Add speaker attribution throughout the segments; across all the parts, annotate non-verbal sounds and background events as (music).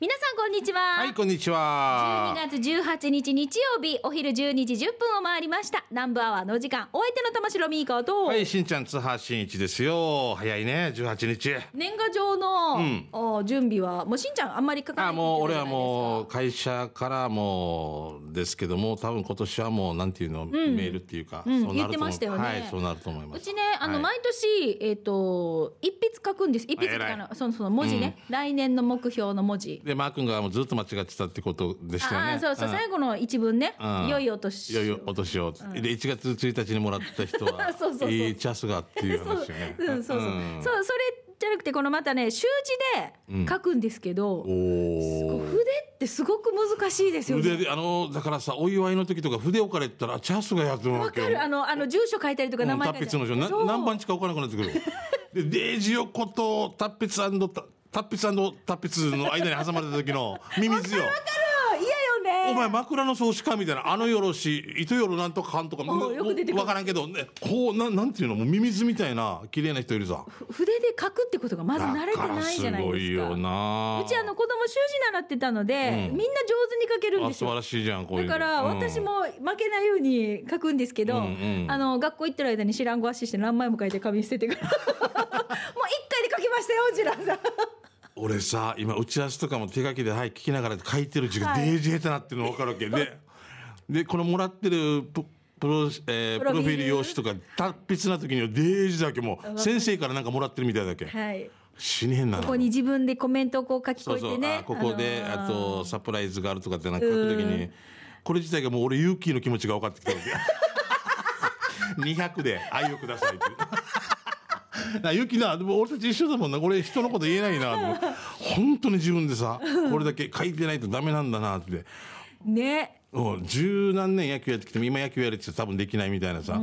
Speaker 1: 皆さんこんにちは。
Speaker 2: はい、こんにちは。
Speaker 1: 12月18日日曜日お昼12時10分を回りました南部アワーのお時間お相手の玉城ミーカーと、
Speaker 2: はい、しんちゃん、津波しんいちですよ。早いね、18日。
Speaker 1: 年賀状の、お準備はもうしんちゃんあんまり書かない
Speaker 2: あ、もう、俺はもう、
Speaker 1: う
Speaker 2: 会社からもう、ですけども、多分今年はもう、なんていうの、メールっていう
Speaker 1: ん
Speaker 2: か、そうな
Speaker 1: 言っ
Speaker 2: る
Speaker 1: て
Speaker 2: と思
Speaker 1: ま
Speaker 2: う。
Speaker 1: したよね
Speaker 2: はい、そうなると思います。
Speaker 1: うちねあの、
Speaker 2: はい
Speaker 1: 毎年えっ、と一筆書くんです一筆
Speaker 2: 偉い
Speaker 1: あのそのその文字ね、来年の目標の文字、
Speaker 2: で、マー君がもうずっと間違ってたってことでしたよ
Speaker 1: あ
Speaker 2: ね。
Speaker 1: あそうそう、
Speaker 2: ん
Speaker 1: 最後の一文ね、
Speaker 2: うん
Speaker 1: いよいよとし
Speaker 2: いよいよお年を、で1月1日にもらった人は
Speaker 1: (laughs) そうそうそう
Speaker 2: いいチャンスがっていう
Speaker 1: そう
Speaker 2: 話よね。
Speaker 1: うん、そうそう、
Speaker 2: ん
Speaker 1: そうそれじゃなくてこのまたね習字で書くんですけど、
Speaker 2: おー
Speaker 1: 筆ってすごく難しいですよね
Speaker 2: 筆であのだからさお祝いの時とか筆置かれてたらチャンスがやってもらう
Speaker 1: わ
Speaker 2: わけ
Speaker 1: か
Speaker 2: よ
Speaker 1: るあのあの住所書いたりとか名前書いたり
Speaker 2: うん達筆の人
Speaker 1: そう
Speaker 2: な何番しか置かなくなってくるでデージ横と達筆た達筆達筆の間に挟まれた時のミミズよ
Speaker 1: あ嫌よね
Speaker 2: お前枕の創始かみたいなあのよろし糸よろなんとかかんとか
Speaker 1: おうよく出てくる
Speaker 2: 分からんけど、ね、こうななんていうのもうミミズみたいな綺麗な人いるさ
Speaker 1: ふ筆で書くってことがまず慣れてないじゃない
Speaker 2: だからすごい
Speaker 1: ですか
Speaker 2: よな
Speaker 1: うちあの子供習字習ってたので、みんな上手に書けるん
Speaker 2: あ
Speaker 1: です
Speaker 2: 素晴
Speaker 1: よ
Speaker 2: らしいじゃんこうい
Speaker 1: だ
Speaker 2: うの
Speaker 1: から
Speaker 2: うん
Speaker 1: 私も負けないように書くんですけど、
Speaker 2: うんうん
Speaker 1: あの学校行ってる間に知らんご足して何枚も書いて紙捨てて
Speaker 2: (laughs)
Speaker 1: からもう一回で書きましたよジラさん
Speaker 2: 俺さ今打ち合わせとかも手書きではい聞きながら書いてる字が
Speaker 1: は
Speaker 2: デ
Speaker 1: い
Speaker 2: ージ下手なっていうの分かるわけででこのもらってるププロ,、え
Speaker 1: プ
Speaker 2: ープ
Speaker 1: ロ
Speaker 2: ロ
Speaker 1: フ
Speaker 2: フ
Speaker 1: ィール
Speaker 2: ィール用紙とか達筆な時にはデージだけも
Speaker 1: わ
Speaker 2: う
Speaker 1: かる
Speaker 2: 先生からなんかもらってるみたいだけ
Speaker 1: はい
Speaker 2: 死ねへんな
Speaker 1: ここに自分でコメントをこう書き
Speaker 2: そ
Speaker 1: 込
Speaker 2: う
Speaker 1: い
Speaker 2: そ
Speaker 1: て
Speaker 2: う
Speaker 1: ね
Speaker 2: あここで、
Speaker 1: あのー
Speaker 2: あとサプライズがあるとかってなんか書く時にこれ自体がもう俺ユーキーの気持ちが分かってきたわけ (laughs) 200で愛をくださいって (laughs) なユキなでも俺たち一緒だもんなこれ人のこと言えないなと思って本当に自分でさこれだけ書いてないとダメなんだなって
Speaker 1: ね
Speaker 2: もう十何年野球やってきても今野球やれって言ったら多分できないみたいなさ、は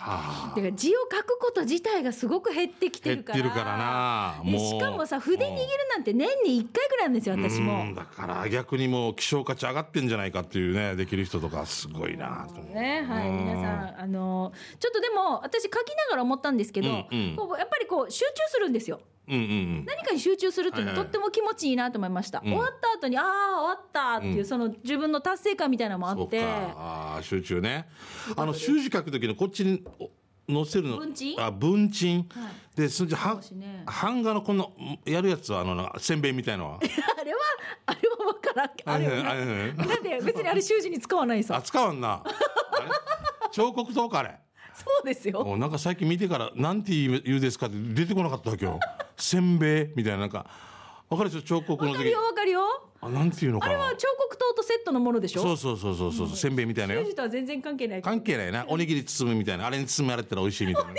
Speaker 2: あ
Speaker 1: だから字を書くこと自体がすごく減ってきて
Speaker 2: 減っ
Speaker 1: るから
Speaker 2: てるからな
Speaker 1: でしかもさ筆握るなんて年に1回ぐらいなんですよ私
Speaker 2: う
Speaker 1: も
Speaker 2: ん。だから逆にもう希少価値上がってんじゃないかっていうねできる人とかすごいなと思う
Speaker 1: ねはい、皆さんあのちょっとでも私書きながら思ったんですけど、
Speaker 2: うんうん
Speaker 1: こうやっぱりこう集中するんですよ
Speaker 2: うんうん
Speaker 1: 何かに集中するっていうのは
Speaker 2: は
Speaker 1: と
Speaker 2: いはい
Speaker 1: っても気持ちいいなと思いました、
Speaker 2: ん
Speaker 1: 終わった後にああ終わったっていう、その自分の達成感みたいなのも
Speaker 2: う
Speaker 1: あ
Speaker 2: んそ
Speaker 1: っ
Speaker 2: うか
Speaker 1: て
Speaker 2: あー集中ねあの習字書く時のこっちにお載せるの
Speaker 1: 文鎮
Speaker 2: あ文鎮、でそれじゃは
Speaker 1: 少しね
Speaker 2: 版画のこのやるやつはあのなんかせんべいみたいのは
Speaker 1: あれはあれは分からんけど (laughs) あれは
Speaker 2: (laughs) あれね
Speaker 1: だって別にあれ習字に使わないさ
Speaker 2: 扱わんなあれ彫刻刀かあれ
Speaker 1: そうですよ
Speaker 2: おなんか最近見てから「なんて言う言うですか?」って出てこなかったわけよ「せんべい」みたいななんか分かるでしょ彫刻の
Speaker 1: 分かる
Speaker 2: 時
Speaker 1: よ分かるよ
Speaker 2: あなんていうのか
Speaker 1: あ
Speaker 2: な
Speaker 1: れは彫刻刀とセットのものでし
Speaker 2: そ
Speaker 1: ょ
Speaker 2: うそうそうそうそう、せんべいみたいなよ
Speaker 1: 習字とは全然関係ない
Speaker 2: 関係ないなおにぎり包むみたいなあれに包まれたら美味しいみたいな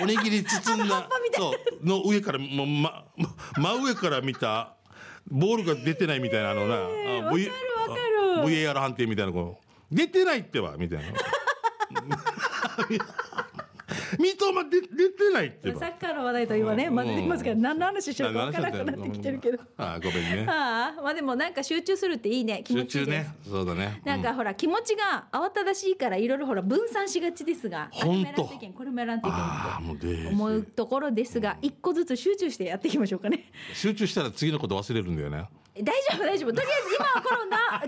Speaker 2: おにぎり包んだそうの上からもう、ま、真上から見たボールが出てないみたいなあのな、あ V-
Speaker 1: わかるわかる
Speaker 2: VAR 判定みたいなこう出てないってばみたいな三笘で出てないってば
Speaker 1: サッカーの話題と今ね、
Speaker 2: うん
Speaker 1: まず出ますから、
Speaker 2: うん
Speaker 1: 何の話してるか分からなく
Speaker 2: 何の話だ
Speaker 1: な
Speaker 2: った
Speaker 1: っ
Speaker 2: の
Speaker 1: てきてるけど。
Speaker 2: ああごめんね
Speaker 1: ああ、まあでもなんか集中するっていいね。気持
Speaker 2: 集
Speaker 1: ちいい
Speaker 2: 中
Speaker 1: です
Speaker 2: ね。そうだね
Speaker 1: なんかほら、気持ちが慌ただしいからいろいろほら分散しがちですが、
Speaker 2: ほん
Speaker 1: あれも
Speaker 2: と
Speaker 1: やらんといけんこれもやらんといけんって
Speaker 2: ああもうで
Speaker 1: 思うところですが、一個ずつ集中してやっていきましょうかね。
Speaker 2: 集中したら次のこと忘れるんだよね
Speaker 1: 大丈夫大丈夫。とりあえず今はこのなこの番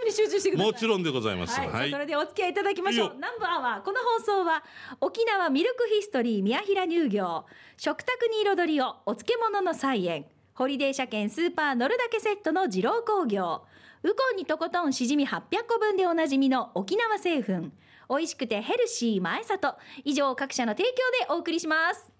Speaker 1: 組に集中してください。
Speaker 2: もちろんでございます。
Speaker 1: はい、
Speaker 2: はい。
Speaker 1: じゃあそれでお付き合いいただきましょう
Speaker 2: いいよ
Speaker 1: 南部アワーこの放送は沖縄ミルクヒストリー宮平乳業食卓に彩りをお漬物の菜園ホリデー車検スーパー乗るだけセットの二郎工業ウコンにとことんしじみ800個分でおなじみの沖縄製粉美味しくてヘルシー前里以上各社の提供でお送りします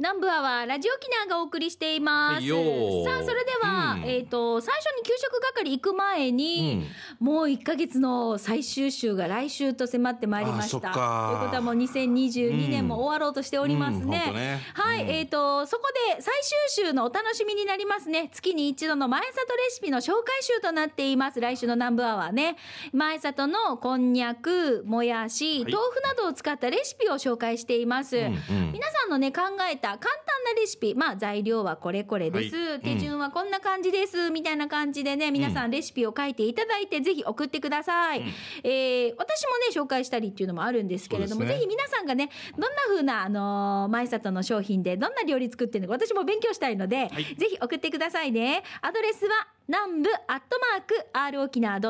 Speaker 1: 南部アワーラジオ沖縄がお送りしています、
Speaker 2: はいよー
Speaker 1: さあそれでは、
Speaker 2: うん
Speaker 1: えっ、と最初に給食係行く前に、もう1か月の最終週が来週と迫ってまいりま
Speaker 2: あそ
Speaker 1: し。
Speaker 2: ったか
Speaker 1: ということはもう2022年も終わろうとしております
Speaker 2: うんうん
Speaker 1: ね。
Speaker 2: ほんとね
Speaker 1: はい、えっ、と、そこで最終週のお楽しみになりますね。月に一度の前里レシピの紹介週となっています。来週の南部アワーね。前里のこんにゃく、もやし、
Speaker 2: は
Speaker 1: 豆
Speaker 2: い
Speaker 1: 腐などを使ったレシピを紹介しています。
Speaker 2: うんうん
Speaker 1: 皆さんのね、考えたた簡単なレシピまあ材料はこれこれです、
Speaker 2: はいうん
Speaker 1: 手順はこんな感じですみたいな感じでね皆さんレシピを書いていただいて、ぜひ送ってください、えー私もね紹介したりっていうのもあるんですけれども、
Speaker 2: そうで
Speaker 1: ぜ
Speaker 2: すね
Speaker 1: ひ皆さんがねどんな風なあのー、前里の商品でどんな料理作ってるのか私も勉強したいので、
Speaker 2: はい
Speaker 1: ぜひ送ってくださいねアドレスは南部アットマーク r 沖縄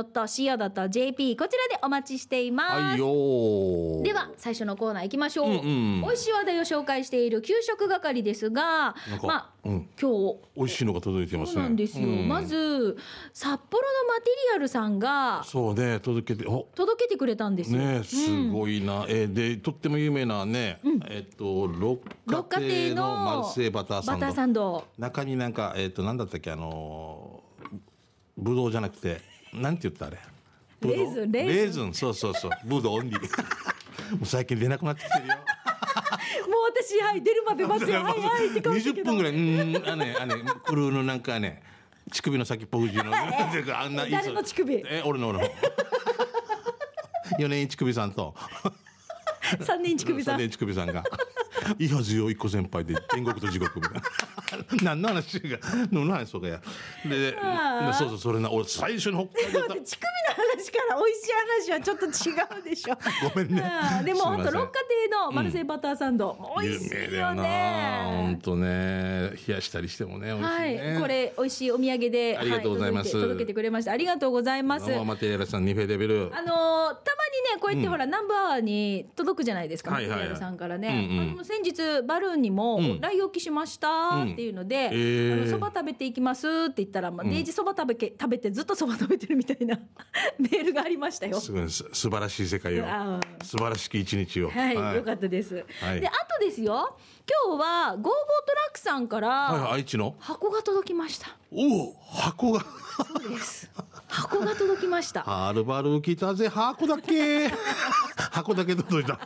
Speaker 1: .co.jp こちらでお待ちしています、
Speaker 2: はいよー
Speaker 1: では最初のコーナー行きましょう、
Speaker 2: うんうん
Speaker 1: 美味しい話題を紹介している給食係ですが
Speaker 2: なんか
Speaker 1: まあ、
Speaker 2: うん
Speaker 1: 今日
Speaker 2: 美味しいのが届いてます
Speaker 1: そ
Speaker 2: ね
Speaker 1: うなんですよ、
Speaker 2: うん
Speaker 1: まず札幌のマテリアルさんが
Speaker 2: そうね届けてお
Speaker 1: 届けてくれたんですよ、
Speaker 2: ねすごいな、えーでとっても有名なね、えっと六
Speaker 1: 六
Speaker 2: 花
Speaker 1: 花
Speaker 2: 亭
Speaker 1: 亭
Speaker 2: の
Speaker 1: の
Speaker 2: マルセイバターサ
Speaker 1: バ
Speaker 2: ン
Speaker 1: タ
Speaker 2: ド
Speaker 1: ーサンド
Speaker 2: 中になんかえっとなんだったっけあのーぶどうじゃなくてなんて言ったあれぶどう
Speaker 1: レーズンレーズン
Speaker 2: レーズンそうそうそうぶどうオンリー (laughs) もう最近出なくなってきてる
Speaker 1: も
Speaker 2: よ
Speaker 1: う私はい出るまで待つよはいはいって顔
Speaker 2: 二
Speaker 1: し
Speaker 2: 十
Speaker 1: て
Speaker 2: 分
Speaker 1: (laughs)
Speaker 2: ぐらい、うん、あね、あね、クルーのなんかね。乳首の先っぽ藤の、 (laughs) なんていうかあんな。
Speaker 1: 誰の乳首
Speaker 2: え、俺の俺の。四年乳首さんと。
Speaker 1: 3人乳首さ
Speaker 2: 三
Speaker 1: ん
Speaker 2: 年乳首さん
Speaker 1: (laughs)
Speaker 2: が。いいはずよ、一個先輩で、天国と地獄みたいな。 (laughs) 何の話が、何の話そうかや。で
Speaker 1: あー、
Speaker 2: そうそう、それな、俺最初に北海
Speaker 1: (laughs)
Speaker 2: 道行っ
Speaker 1: 乳首の話から美味しい話はちょっと違うでしょ
Speaker 2: ごめんね
Speaker 1: うんでも
Speaker 2: すいま
Speaker 1: 本
Speaker 2: せん
Speaker 1: 当六花亭のマルセイバターサンド、
Speaker 2: た。
Speaker 1: 美味しいよ
Speaker 2: 有名だよな本
Speaker 1: ね
Speaker 2: 当ね、冷やしたりしてもね、美味しい
Speaker 1: は
Speaker 2: ね。
Speaker 1: い、これ美味しいお土産で、
Speaker 2: ありがとうございます
Speaker 1: は届け届けてくれました。ありがとうございます。
Speaker 2: どうも。マテリアルさん、ニフェレベル。
Speaker 1: あのーたまにねこうやってほら、南部アワーに届くじゃないですか、
Speaker 2: はいはいはい
Speaker 1: マテリアルさんからね、
Speaker 2: うんうん
Speaker 1: あの先日バルーンにも「
Speaker 2: ん
Speaker 1: 来おきしました」っていうので「
Speaker 2: えー
Speaker 1: あのそば、食べていきます」って言ったら、まあ、デイジそば食べけ食べてずっとそば食べてるみたいな (laughs) メールがありましたよ。
Speaker 2: すごいです素晴らしい世界を
Speaker 1: あー
Speaker 2: 素晴らしき一日を
Speaker 1: はい、
Speaker 2: はい
Speaker 1: よかったです、
Speaker 2: はい
Speaker 1: であとですよ今日はゴーゴートラックさんか
Speaker 2: はいはい
Speaker 1: ら
Speaker 2: 愛知の
Speaker 1: 箱が届きました、
Speaker 2: おお箱が
Speaker 1: そうです箱が届きました
Speaker 2: はるばる来たぜ箱だ (laughs) け箱だけ届いた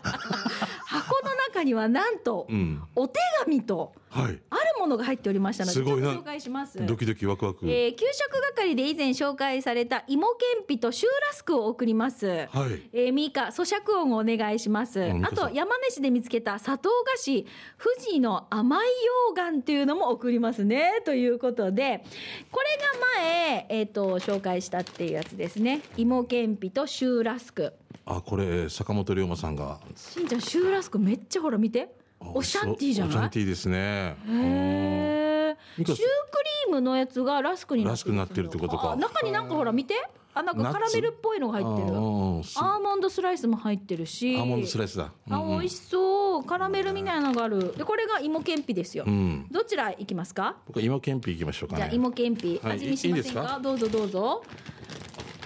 Speaker 1: 箱の中にはなんと、
Speaker 2: ん
Speaker 1: お手紙と
Speaker 2: はい
Speaker 1: あるものが入っておりましたのですち
Speaker 2: ご
Speaker 1: ょっ
Speaker 2: い
Speaker 1: と
Speaker 2: な
Speaker 1: 紹介します。
Speaker 2: ドキドキワクワク、
Speaker 1: えー給食係で以前紹介された芋けんぴとシューラスクを送ります。
Speaker 2: はい
Speaker 1: えー、ミカ咀嚼音をお願いします。
Speaker 2: んミ
Speaker 1: あ
Speaker 2: カさん
Speaker 1: と山梨で見つけた砂糖菓子富士の甘い溶岩というのも送りますねということで、これが前えっ、と紹介したっていうやつですね。芋けんぴとシューラスク。
Speaker 2: あこれ坂本龍馬さんが
Speaker 1: しんちゃんシューラスクめっちゃほら見て、
Speaker 2: あ
Speaker 1: おシャンティーじゃ
Speaker 2: おシ
Speaker 1: な
Speaker 2: ャ
Speaker 1: い
Speaker 2: ン？ティーですね
Speaker 1: へえ。シュ
Speaker 2: ミ
Speaker 1: ーク
Speaker 2: カ
Speaker 1: リームのやつがラスクになってる
Speaker 2: ラスクになってるってことか
Speaker 1: あ中になんかほら見て、あなんかカラメルっぽいのが入ってる。
Speaker 2: ああすア
Speaker 1: アーモンドスライスも入ってるし。
Speaker 2: ーモンドスライスだうん
Speaker 1: あ、美味しそう。カラメルみたいなのがある。で、これが芋けんぴですよ。
Speaker 2: ん
Speaker 1: どちら行きますか。
Speaker 2: 僕は芋けんぴいきましょうか
Speaker 1: じゃあ
Speaker 2: ね
Speaker 1: 芋けんぴ、
Speaker 2: はい
Speaker 1: 味見しませんか
Speaker 2: いいですか
Speaker 1: どうぞどうぞ。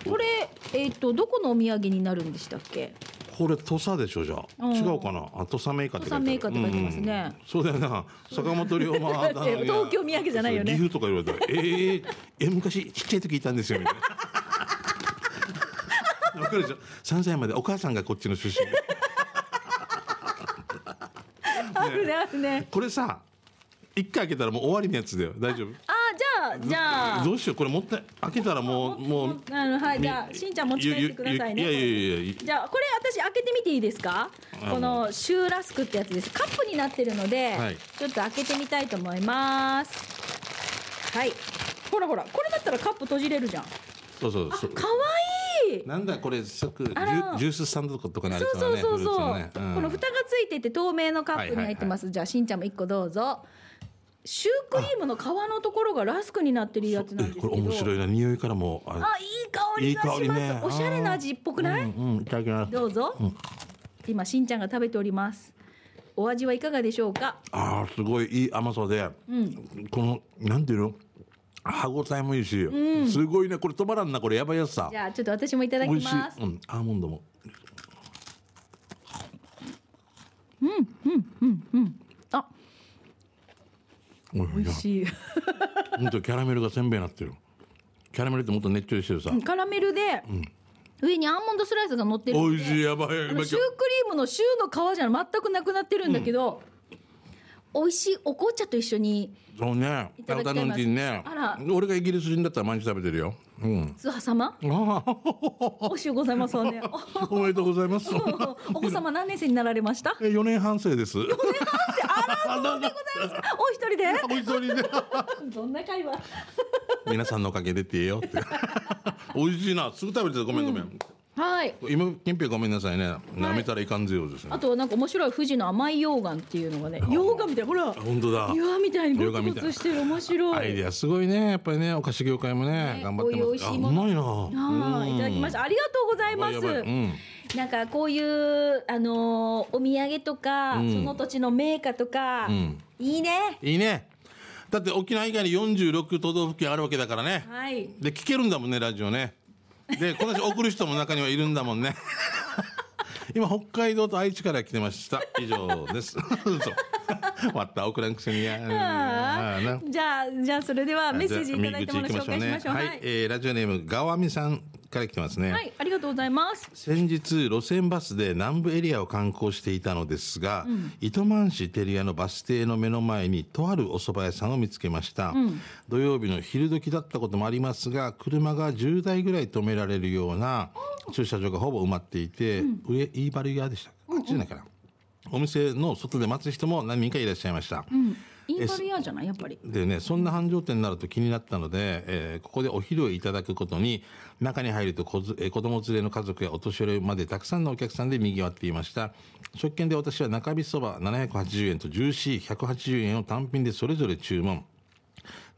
Speaker 1: これ、えっ、と、どこのお土産になるんでしたっけ。
Speaker 2: これ土佐でしょじゃあ
Speaker 1: うん
Speaker 2: 違うかなあ土佐メーカーって書いてあ
Speaker 1: 土佐
Speaker 2: る
Speaker 1: メーカーって書いてますね
Speaker 2: うんそうだよな坂本龍馬だ
Speaker 1: だって (laughs) 東京土産じゃないよね
Speaker 2: そう岐阜とか言われたらえええ昔ちっちゃい時いたんですよみたいな (laughs) わかるでしょ3歳までお母さんがこっちの出身
Speaker 1: あるね、あるね。
Speaker 2: これさ一回開けたらもう終わりのやつだよ大丈夫
Speaker 1: あ、じゃあ、じゃあ。
Speaker 2: どうしようこれ持って開けたらもうもう
Speaker 1: あのはいじゃあしんちゃん持ち帰ってくださいね
Speaker 2: ゆゆいやいやいや
Speaker 1: じゃあこれ私開けてみていいですか
Speaker 2: あ
Speaker 1: このシューラスクってやつですカップになってるので、
Speaker 2: はい
Speaker 1: ちょっと開けてみたいと思いますはいほらほらこれだったらカップ閉じれるじゃん
Speaker 2: そうそうそう
Speaker 1: かわいい
Speaker 2: なんだこれ即ジ
Speaker 1: あら
Speaker 2: ュジュースサンドとかになり
Speaker 1: そう
Speaker 2: そう
Speaker 1: そう
Speaker 2: だね
Speaker 1: そう
Speaker 2: フルーツ
Speaker 1: そう、
Speaker 2: のねうん
Speaker 1: この蓋がついてて透明のカップに入ってます、じゃあしんちゃんも一個どうぞシュークリームの皮のところがラスクになってるやつなんですけど
Speaker 2: これ面白いな匂いからもうあれ
Speaker 1: あいい香りがします
Speaker 2: いい香りね
Speaker 1: おしゃれな味っぽくない、
Speaker 2: うん、うん、いただきます
Speaker 1: どうぞ、今しんちゃんが食べておりますお味はいかがでしょうか
Speaker 2: ああすごいいい甘さで、このなんていうの歯ごたえもいいし、すごいねこれ止まらんなこれやばいやつさ
Speaker 1: じゃあちょっと私もいただき
Speaker 2: 美味しい
Speaker 1: ます、
Speaker 2: うん、アーモンドも
Speaker 1: あ
Speaker 2: 美
Speaker 1: 美味しい
Speaker 2: ほんとキャラメルがせんべいになってるキャラメルってもっとねっちょりしてるさ、
Speaker 1: カラメルで、上にアーモンドスライスが乗ってる
Speaker 2: 美味しいやばい
Speaker 1: あのシュークリームのシューの皮じゃ全くなくなってるんだけど、美味しいお紅茶と一緒に
Speaker 2: そうね
Speaker 1: いた
Speaker 2: タ
Speaker 1: だ
Speaker 2: ル
Speaker 1: きち
Speaker 2: タ
Speaker 1: ゃいます
Speaker 2: ヌーティンね
Speaker 1: あら
Speaker 2: 俺がイギリス人だったら毎日食べてるよ
Speaker 1: (laughs)
Speaker 2: うん
Speaker 1: 津波様
Speaker 2: ああ
Speaker 1: おしゅうございますわ
Speaker 2: (laughs)
Speaker 1: ね
Speaker 2: おめでとうござ
Speaker 1: (laughs)
Speaker 2: います
Speaker 1: お子様何年生になられました
Speaker 2: え四年半生です (laughs) あら
Speaker 1: お一
Speaker 2: (laughs)
Speaker 1: 人で
Speaker 2: お一人で
Speaker 1: どんな会話
Speaker 2: 皆さんのおかげでって言えよって
Speaker 1: (laughs)
Speaker 2: 美味しいなすぐ食べてたごめんごめん、
Speaker 1: はい
Speaker 2: 今憲兵ごめんなさいね舐めたらいかんぜよですね、
Speaker 1: あとなんか面白い富士の甘い溶岩っていうのがね溶岩みたいなほら
Speaker 2: 本当だ
Speaker 1: 岩みたいにゴツゴ
Speaker 2: 溶岩みた
Speaker 1: ツ
Speaker 2: い
Speaker 1: してる面白い
Speaker 2: アイディアすごいねやっぱりねお菓子業界もね
Speaker 1: ね
Speaker 2: 頑張って
Speaker 1: こういう美味
Speaker 2: ます
Speaker 1: し
Speaker 2: あ
Speaker 1: いうもの
Speaker 2: まいな
Speaker 1: はいいただきましたありがとうございま
Speaker 2: やばいやばいうん
Speaker 1: すなんかこういうあのーお土産とか、
Speaker 2: ん
Speaker 1: その土地の銘菓とか、
Speaker 2: ん
Speaker 1: いいね
Speaker 2: いいねだって沖縄以外に46都道府県あるわけだからね、
Speaker 1: はい
Speaker 2: で聞けるんだもんねラジオねでこの人送る人も中にはいるんだも
Speaker 1: (laughs)
Speaker 2: んね今北海道と愛知から来てました以上です嘘
Speaker 1: (laughs)
Speaker 2: 終わった送らんくせにや
Speaker 1: あ
Speaker 2: あーな
Speaker 1: ーじゃあじゃあそれではメッセージいただいたもの
Speaker 2: じゃあ
Speaker 1: 紹介しましょう
Speaker 2: は、
Speaker 1: はいい、
Speaker 2: えーラジオネームがわみさんから来てますね、
Speaker 1: はい、ありがとうございます
Speaker 2: 先日路線バスで南部エリアを観光していたのですが、糸満市照屋のバス停の目の前にとあるお蕎麦屋さんを見つけました、土曜日の昼時だったこともありますが車が10台ぐらい止められるような駐車場がほぼ埋まっていて、上イーバル屋でしたかこっちじゃないかな、お店の外で待つ人も何人かいらっしゃいました、
Speaker 1: インパリアじゃないやっぱり
Speaker 2: でね、そんな繁盛店になると気になったので、えーここでお昼をいただくことに、中に入ると子ず、えー子供連れの家族やお年寄りまでたくさんのお客さんで賑わっていました。食券で私は中火そば780円とジューシー180円を単品でそれぞれ注文。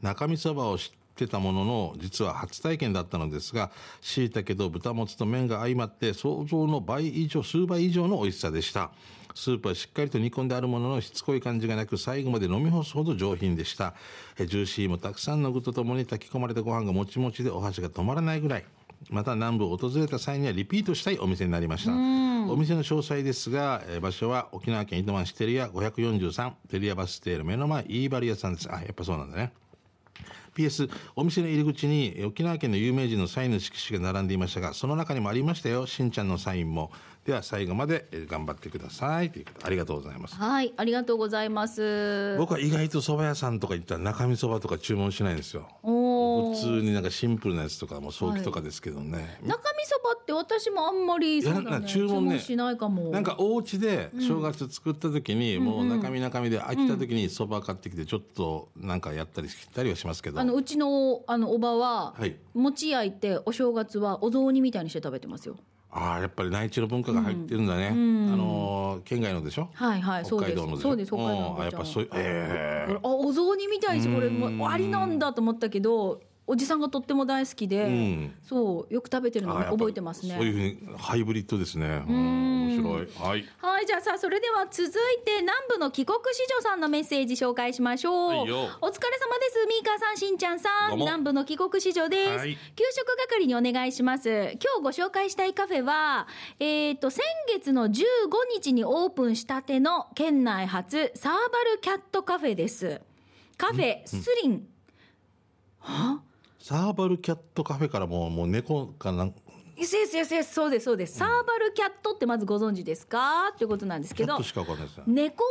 Speaker 2: 中身そばを知ってたものの実は初体験だったのですが椎茸と豚もつと麺が相まって想像の倍以上数倍以上の美味しさでしたスープはしっかりと煮込んであるもののしつこい感じがなく最後まで飲み干すほど上品でしたえジューシーもたくさんの具とともに炊き込まれたご飯がもちもちでお箸が止まらないぐらいまた南部を訪れた際にはリピートしたいお店になりましたお店の詳細ですが、えー場所は沖縄県糸満市テリア543テリアバス停の目の前イーバリ屋さんですあやっぱそうなんだね PS お店の入り口にえー沖縄県の有名人のサインの色紙が並んでいましたがその中にもありましたよしんちゃんのサインもでは最後までえー頑張ってくださいということありがとうございます
Speaker 1: はいありがとうございます
Speaker 2: 僕は意外と蕎麦屋さんとか行ったら中身蕎麦とか注文しないんですよ
Speaker 1: お
Speaker 2: 普
Speaker 1: ー
Speaker 2: 通になんかシンプルなやつとかも早期とかですけどね、
Speaker 1: 中身そばって私もあんまりそうだ
Speaker 2: やら
Speaker 1: ね
Speaker 2: な注文ね
Speaker 1: しないかも
Speaker 2: なんかお家で正月作った時に、もう中身中身で飽きた時に蕎麦買ってきてちょっとなんかやったりしたりはしますけど
Speaker 1: あのうちのあのおばは、
Speaker 2: はい
Speaker 1: 餅焼いてお正月はお雑煮みたいにして食べてますよ
Speaker 2: ああやっぱり内地の文化が入ってるんだね、あのー県外のでしょ
Speaker 1: はいはいそう
Speaker 2: 北
Speaker 1: で
Speaker 2: 海
Speaker 1: す
Speaker 2: 道のでしょ
Speaker 1: そうです北海道のお
Speaker 2: うんあ
Speaker 1: ばあ
Speaker 2: やっ
Speaker 1: ちゃん
Speaker 2: ぱそういうえ
Speaker 1: あお雑煮みたいにしてこれもありなんだと思ったけどおじさんがとっても大好きで、
Speaker 2: ん
Speaker 1: そうよく食べて
Speaker 2: え
Speaker 1: るのを覚えてますね
Speaker 2: そういうふうにハイブリッドですねうん面白いはい
Speaker 1: はいじゃあさあそれでは続いて南部の帰国子女さんのメッセージ紹介しましょう、
Speaker 2: はい
Speaker 1: お疲れ
Speaker 2: よ
Speaker 1: 様ですミーカーさんしんちゃんさ
Speaker 2: ど
Speaker 1: ん
Speaker 2: うも
Speaker 1: 南部の帰国子女です、
Speaker 2: はい
Speaker 1: 給食係にお願いします今日ご紹介したいカフェはえっ、と先月の15日にオープンしたての県内初サーバルキャットカフェですカフェスリン、
Speaker 2: サーバルキャットカフェからもうもう猫かなん
Speaker 1: ですですですですそうですそうですサーバルキャットってまずご存知ですかということなんですけ
Speaker 2: キャッ
Speaker 1: ど
Speaker 2: トしかわかんないですね
Speaker 1: 猫科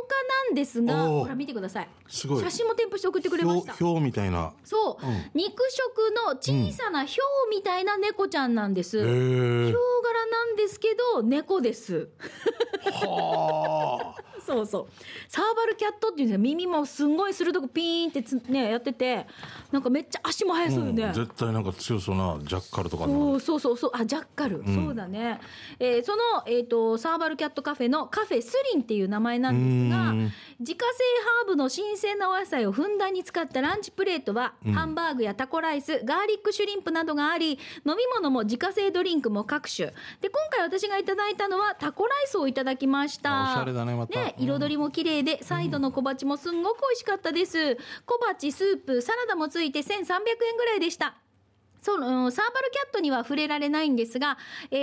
Speaker 1: なんですが
Speaker 2: おー
Speaker 1: ほら見てください
Speaker 2: すごい
Speaker 1: 写真も添付して送ってくれ
Speaker 2: ひ
Speaker 1: ま
Speaker 2: ょう
Speaker 1: した
Speaker 2: ひょうみたいな
Speaker 1: そう、肉食の小さなヒョウみたいな猫ちゃんなんです、
Speaker 2: へ
Speaker 1: ヒョウ
Speaker 2: え
Speaker 1: 柄なんですけど猫です (laughs)
Speaker 2: はあ
Speaker 1: そうそうサーバルキャットっていうんですよ耳もすんごい鋭くピーンってつねやっててなんかめっちゃ足も速そうよね、
Speaker 2: うん絶対なんか強そうなジャッカルとか
Speaker 1: そ
Speaker 2: の
Speaker 1: うそうそうそうあジャッカル、そうだね、えーその、えー、とサーバルキャットカフェのカフェスリンっていう名前なんですが
Speaker 2: うーん
Speaker 1: 自家製ハーブの新鮮なお野菜をふんだんに使ったランチプレートは、ハンバーグやタコライスガーリックシュリンプなどがあり飲み物も自家製ドリンクも各種で今回私がいただいたのはタコライスをいただきました
Speaker 2: あおしゃれだねまたうん
Speaker 1: 彩りも綺麗でサイドの小鉢もすんごく美味しかったです小鉢スープサラダもついて1300円ぐらいでしたそその、うんサーバルキャットには触れられないんですが、え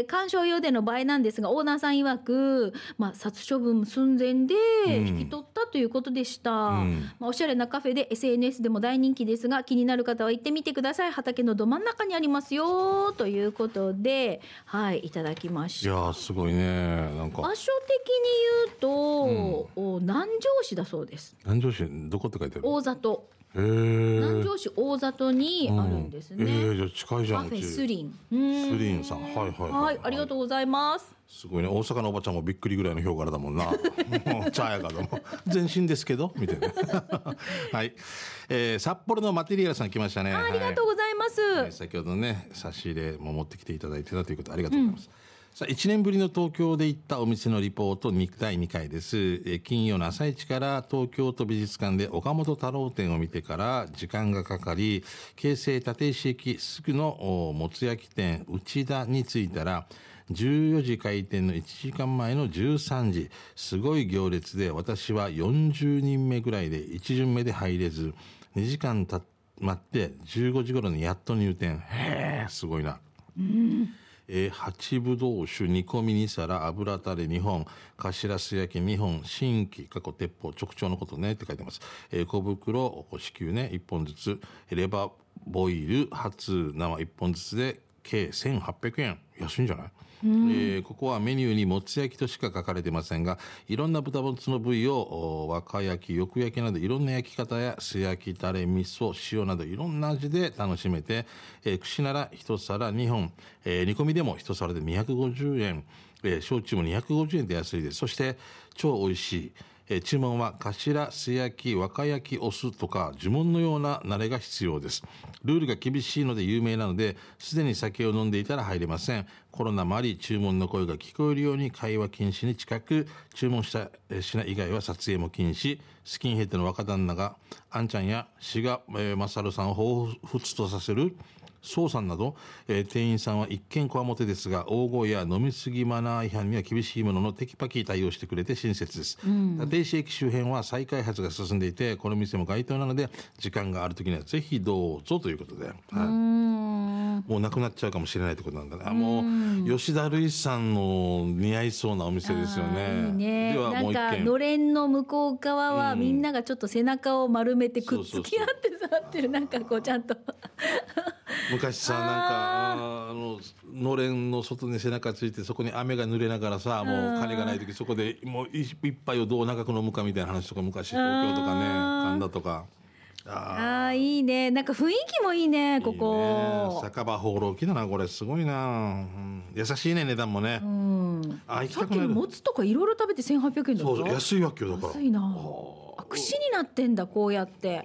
Speaker 1: ー鑑賞用での場合なんですが、オーナーさん曰く、まあ、殺処分寸前で引き取ったということでした。
Speaker 2: ん
Speaker 1: まあ、おしゃれなカフェで SNS でも大人気ですが、気になる方は行ってみてください。畑のど真ん中にありますよ、ということで、はい、いただきま
Speaker 2: い
Speaker 1: した。
Speaker 2: やーすごいねなんか
Speaker 1: 場所的に言うと、お南城市だそうです。
Speaker 2: 南城市どこって書いてある
Speaker 1: 大里。
Speaker 2: へー
Speaker 1: 南城市大里にあるんですね。
Speaker 2: うんえー、じゃあ近いじゃ
Speaker 1: カ
Speaker 2: ん
Speaker 1: フ
Speaker 2: う
Speaker 1: ェ
Speaker 2: ち
Speaker 1: スリン。
Speaker 2: ス
Speaker 1: ス
Speaker 2: リンさんはいはいはい
Speaker 1: はい、ありがとうございます。
Speaker 2: すごいね大阪のおばちゃんもびっくりぐらいの評価だ
Speaker 1: (laughs)
Speaker 2: もんなもう茶やかども全身ですけどみたいな (laughs) はい、えー、札幌のマテリアルさん来ましたね
Speaker 1: あありがとうございます。
Speaker 2: はい先ほどね差し入れも持ってきていただいてたということでありがとうございます、さあ1年ぶりの東京で行ったお店のリポートに第2回ですえー金曜の朝一から東京都美術館で岡本太郎展を見てから時間がかかり京成立石駅すぐのおもつ焼き店内田に着いたら14時開店の1時間前の13時すごい行列で私は40人目ぐらいで1巡目で入れず2時間経って待って15時頃にやっと入店へえすごいな、えー八ぶどう酒煮込み2皿油たれ2本かしらす焼き2本新規過去鉄砲直腸のことねって書いてます、えー小袋子球ね1本ずつレバーボイル初生1本ずつで計1800円安いんじゃないえーここはメニューにもつ焼きとしか書かれてませんがいろんな豚もつの部位をお若焼き翌焼きなどいろんな焼き方や素焼きタレ味噌塩などいろんな味で楽しめて、えー串なら1皿2本、えー煮込みでも1皿で250円、えー焼酎も250円で安いですそして超美味しい、えー注文は頭素焼き若焼きお酢とか呪文のような慣れが必要ですルールが厳しいので有名なのですでに酒を飲んでいたら入れませんコロナもあり注文の声が聞こえるように会話禁止に近く注文したえー品以外は撮影も禁止スキンヘッドの若旦那があんちゃんや志賀、えー、勝さんを彷彿とさせる宋さんなど、えー店員さんは一見こわもてですが大声や飲み過ぎマナー違反には厳しいもののテキパキ対応してくれて親切です、立石駅周辺は再開発が進んでいてこの店も街頭なので時間がある時にはぜひどうぞということで、はいう
Speaker 1: ーん
Speaker 2: もうなくなっちゃうかもしれないってことなんだねあもう吉田類さんの似合いそうなお店ですよ
Speaker 1: あー
Speaker 2: ね
Speaker 1: いいね
Speaker 2: では
Speaker 1: な
Speaker 2: もうん一
Speaker 1: か
Speaker 2: 軒
Speaker 1: のれんの向こう側はみんながちょっと背中を丸めてくっつき合って座ってるなんかこうちゃんと
Speaker 2: 昔さなんかあーあののれんの外に背中ついてそこに雨が濡れながらさもう金がない時そこでもう一一杯をどう長く飲むかみたいな話とか昔東京とかね
Speaker 1: あー
Speaker 2: 神田とかあ
Speaker 1: ああいいねなんか雰囲気もいいね
Speaker 2: ー
Speaker 1: こ
Speaker 2: いいね
Speaker 1: こ
Speaker 2: 酒場放浪記だなこれすごいな、うん優しいね値段もね、
Speaker 1: うん
Speaker 2: あ行き
Speaker 1: さ
Speaker 2: た
Speaker 1: っ
Speaker 2: く
Speaker 1: き
Speaker 2: な
Speaker 1: の
Speaker 2: る
Speaker 1: もつとかいろいろ食べて1800円だ
Speaker 2: そうそう
Speaker 1: ぞ
Speaker 2: 安いわけよだから
Speaker 1: 安いなあ串になってんだこうやって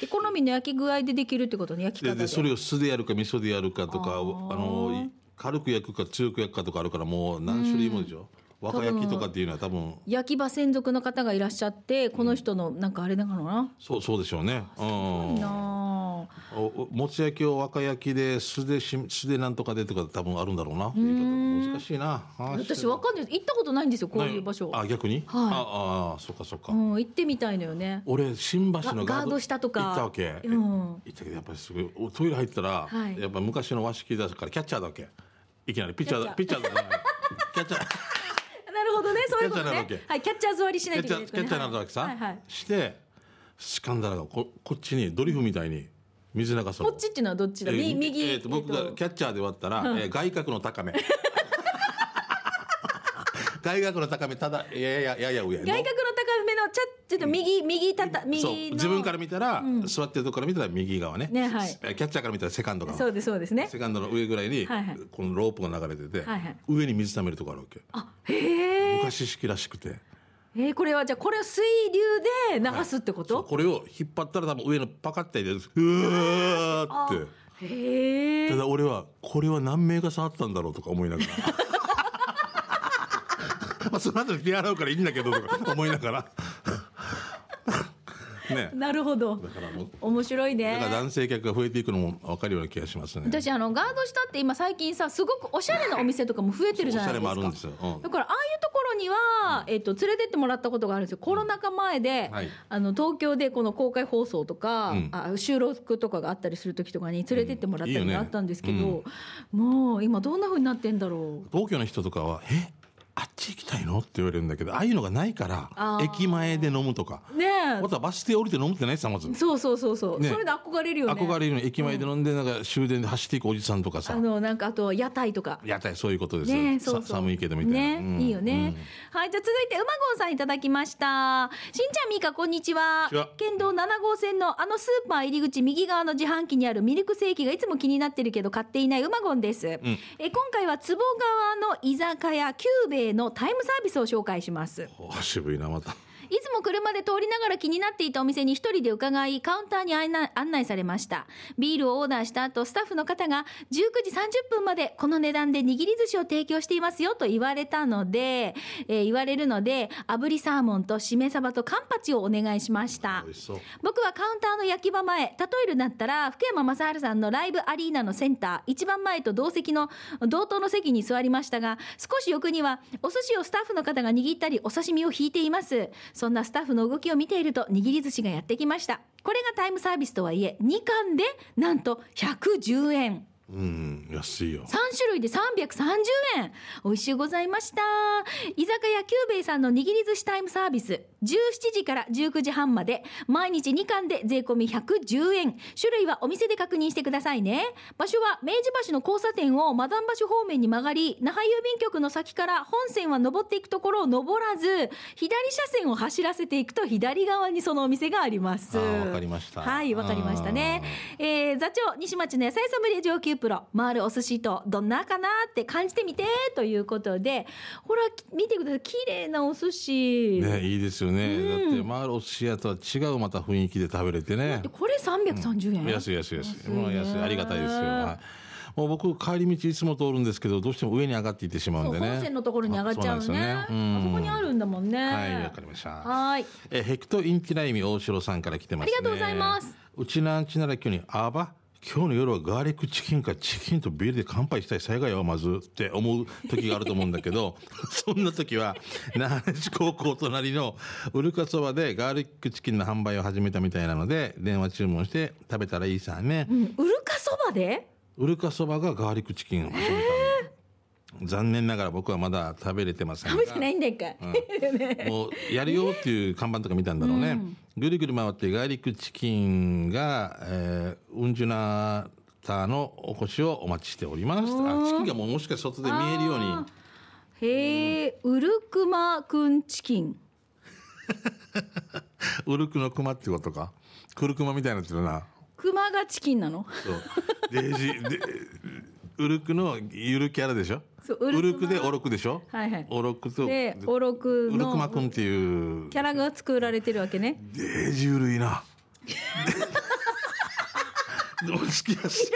Speaker 1: で好みの焼き具合でできるってことね焼き
Speaker 2: で
Speaker 1: 方で
Speaker 2: でそれを酢でやるか味噌でやるかとかあ
Speaker 1: あー
Speaker 2: の軽く焼くか強く焼くかとかあるからもう何種類もでしょ、若焼きとかっていうのは多分
Speaker 1: 焼き場専属の方がいらっしゃってこの人のなんかあれなのかな、
Speaker 2: そうそうでしょうねうん
Speaker 1: なあ
Speaker 2: おおもつ焼きを若焼きで素でし素でなんとかでとか多分あるんだろうな言い方が難しいなあー
Speaker 1: 私わかんない行ったことないんですよこう
Speaker 2: ないいう
Speaker 1: 場所
Speaker 2: あ逆
Speaker 1: はい
Speaker 2: に、ああそっかそっか、
Speaker 1: うん、行ってみたいのよね
Speaker 2: 俺新橋の
Speaker 1: ガガ
Speaker 2: ガー
Speaker 1: ー
Speaker 2: ド
Speaker 1: ド下とか
Speaker 2: 行ったわけ、
Speaker 1: うん
Speaker 2: 行ったけどやっぱりすごいおトイレ入ったら、
Speaker 1: はい
Speaker 2: やっぱ昔の和式だからキャッチャーだわけいきなりピッチャーだピッチャーだなキャッチ
Speaker 1: (laughs)
Speaker 2: ャー
Speaker 1: なるほどねそういうこと
Speaker 2: キャッチャーな
Speaker 1: ね
Speaker 2: わけ
Speaker 1: はいキャッチャー座りしな
Speaker 2: キ
Speaker 1: い
Speaker 2: ャ
Speaker 1: と
Speaker 2: ッ
Speaker 1: い
Speaker 2: チ
Speaker 1: けないです
Speaker 2: ャーキャ
Speaker 1: ね
Speaker 2: ッチャーなんとなくさ、
Speaker 1: はいはい、
Speaker 2: してスカンダラがここっちにドリフみたいに水流すの
Speaker 1: こっちっていうのはどっちだ、み
Speaker 2: えー
Speaker 1: 右、
Speaker 2: えーと僕
Speaker 1: え
Speaker 2: が
Speaker 1: ーと
Speaker 2: キャッチャーで割ったら、えー外角の高め (laughs) 外角の高めただいやいややや上の
Speaker 1: 外角の高めのちょちょっと右右たた右
Speaker 2: そう
Speaker 1: の
Speaker 2: 自分から見たら、座ってるとこから見たら右側ね
Speaker 1: ねはい
Speaker 2: えーキャッチャーから見たらセカンド側
Speaker 1: そうですそうですね
Speaker 2: セカンドの上ぐらいに、
Speaker 1: はいはい
Speaker 2: このロープが流れてて、
Speaker 1: はいはい
Speaker 2: 上に水溜めるとこあるわけ
Speaker 1: あへえ
Speaker 2: 昔式らしくて
Speaker 1: えー、これはじゃあこれを水流で流すってこ
Speaker 2: そう
Speaker 1: と、
Speaker 2: これを引っ張ったら多分上のパカッて入れてうわーって。
Speaker 1: へえ
Speaker 2: ただ俺はこれは何名が触ったんだろうとか思
Speaker 1: (laughs)
Speaker 2: いながらまあその後に手洗うからいいんだけどとか思いながら (laughs) ね
Speaker 1: なるほど
Speaker 2: だからもう
Speaker 1: 面白いね
Speaker 2: だから男性客が増えていくのも分かるような気がしますね
Speaker 1: 私あのガード下って今最近さすごくおしゃれなお店とかも増えてるじゃないですか
Speaker 2: そうおしゃれもあるんですようん
Speaker 1: だからああいうところには、えっと連れてってもらったことがあるんですよコロナ禍前で、
Speaker 2: はい
Speaker 1: あの東京でこの公開放送とか、
Speaker 2: うん
Speaker 1: あ収録とかがあったりする時とかに連れてってもらった
Speaker 2: うんいいよ
Speaker 1: り
Speaker 2: ね
Speaker 1: があったんですけど、もう今どんな風になってんだろう
Speaker 2: 東京の人とかは「えあっち行きたいの?」って言われるんだけどああいうのがないから
Speaker 1: あー
Speaker 2: 駅前で飲むとか
Speaker 1: ね
Speaker 2: またはバス停降りて飲むってないですかまず、
Speaker 1: えそうそうそうそう、
Speaker 2: ね
Speaker 1: それで憧れるよね
Speaker 2: 憧れるの駅前で飲んでなんか終電で走っていくおじさんとかさ
Speaker 1: あのなんかあと屋台とか
Speaker 2: やったりそういうことです、
Speaker 1: ねえ、そうそう
Speaker 2: さ寒いけどみたいな、
Speaker 1: ね、
Speaker 2: うん
Speaker 1: いいよね、はいじゃあ続いて馬ゴンさんいただきましたしんちゃんみーかこんにちは
Speaker 2: こんにちは
Speaker 1: 県道7号線のあのスーパー入り口右側の自販機にあるミルクセーキがいつも気になってるけど買っていない馬ゴンです、
Speaker 2: ん
Speaker 1: え今回は坪川の居酒屋久兵衛のタイムサービスを紹介します
Speaker 2: うんお (laughs) 渋いなまた
Speaker 1: いつも車で通りながら気になっていたお店に一人で伺い、カウンターに案内案内されました。ビールをオーダーした後、スタッフの方が19時30分までこの値段で握り寿司を提供していますよと言われたので、えー言われるので、炙りサーモンとしめ鯖とカンパチをお願いしました
Speaker 2: 美。味しそう
Speaker 1: 僕はカウンターの焼き場前、例えるなったら、福山雅治さんのライブアリーナのセンター、一番前と同席の、同等の席に座りましたが、少し横には、お寿司をスタッフの方が握ったり、お刺身を引いています。そんなスタッフの動きを見ていると、握り寿司がやってきました。これがタイムサービスとはいえ、2貫で、なんと110円。
Speaker 2: うん安いよ
Speaker 1: 3種類で330円美味しゅうございました居酒屋久兵衛さんの握り寿司タイムサービス17時から19時半まで毎日2貫で税込み110円種類はお店で確認してくださいね場所は明治橋の交差点をマダン橋方面に曲がり那覇郵便局の先から本線は登っていくところを登らず左車線を走らせていくと左側にそのお店があります
Speaker 2: あーわかりました
Speaker 1: はいわかりましたね
Speaker 2: うん
Speaker 1: えー座長西町の野菜ソムリエ上級プロ回るお寿司とどんなかなって感じてみてということでほらき見てください綺麗なお寿司、
Speaker 2: ねいいですよね、だって回るお寿司屋とは違うまた雰囲気で食べれてね
Speaker 1: でこれ330円、
Speaker 2: 安い安い安
Speaker 1: 安
Speaker 2: い
Speaker 1: いね
Speaker 2: もう安いありがたいですよ、はい、もう僕帰り道いつも通るんですけどどうしても上に上がっていってしまうん
Speaker 1: そう
Speaker 2: でね
Speaker 1: 本線のところに上がっちゃうね
Speaker 2: そなんですよねうん
Speaker 1: あそこにあるんだもんね
Speaker 2: はいわかりました
Speaker 1: はい
Speaker 2: えヘクトインティライミ大城さんから来てますね
Speaker 1: ありがとうございます
Speaker 2: うちなんちなら今日にあば今日の夜はガーリックチキンかチキンとビールで乾杯したい災害はまずって思う時があると思うんだけど (laughs) そんな時は那覇市高校隣のウルカそばでガーリックチキンの販売を始めたみたいなので電話注文して食べたらいいさね、
Speaker 1: うんウルカそばで
Speaker 2: ウルカそばがガーリックチキンを始めたの、残念ながら僕はまだ食べれてませんが
Speaker 1: 食べてないんだっけ、
Speaker 2: もうやるよっていう看板とか見たんだろうね。ぐるぐる回ってガーリックチキンが、えー、うんじゅなたのお越しをお待ちしております。あ、チキンがもうもしかしたら外で見えるように。
Speaker 1: あーへえ、ウルクマくんチキン
Speaker 2: ウルクの熊ってことか。クルクマみたいになってるな。
Speaker 1: クマがチキンなの (laughs)
Speaker 2: そう。デイジー、でウルクのゆるキャラでしょ
Speaker 1: そう
Speaker 2: ウ
Speaker 1: ウルクマ
Speaker 2: ルクでオロクでしょ
Speaker 1: はいはい
Speaker 2: オロクと、
Speaker 1: で
Speaker 2: ウ
Speaker 1: オロク
Speaker 2: ルクマ
Speaker 1: の
Speaker 2: くんっていう、
Speaker 1: キャラが作られてるわけね
Speaker 2: デイジゆるいな。でも好きやし。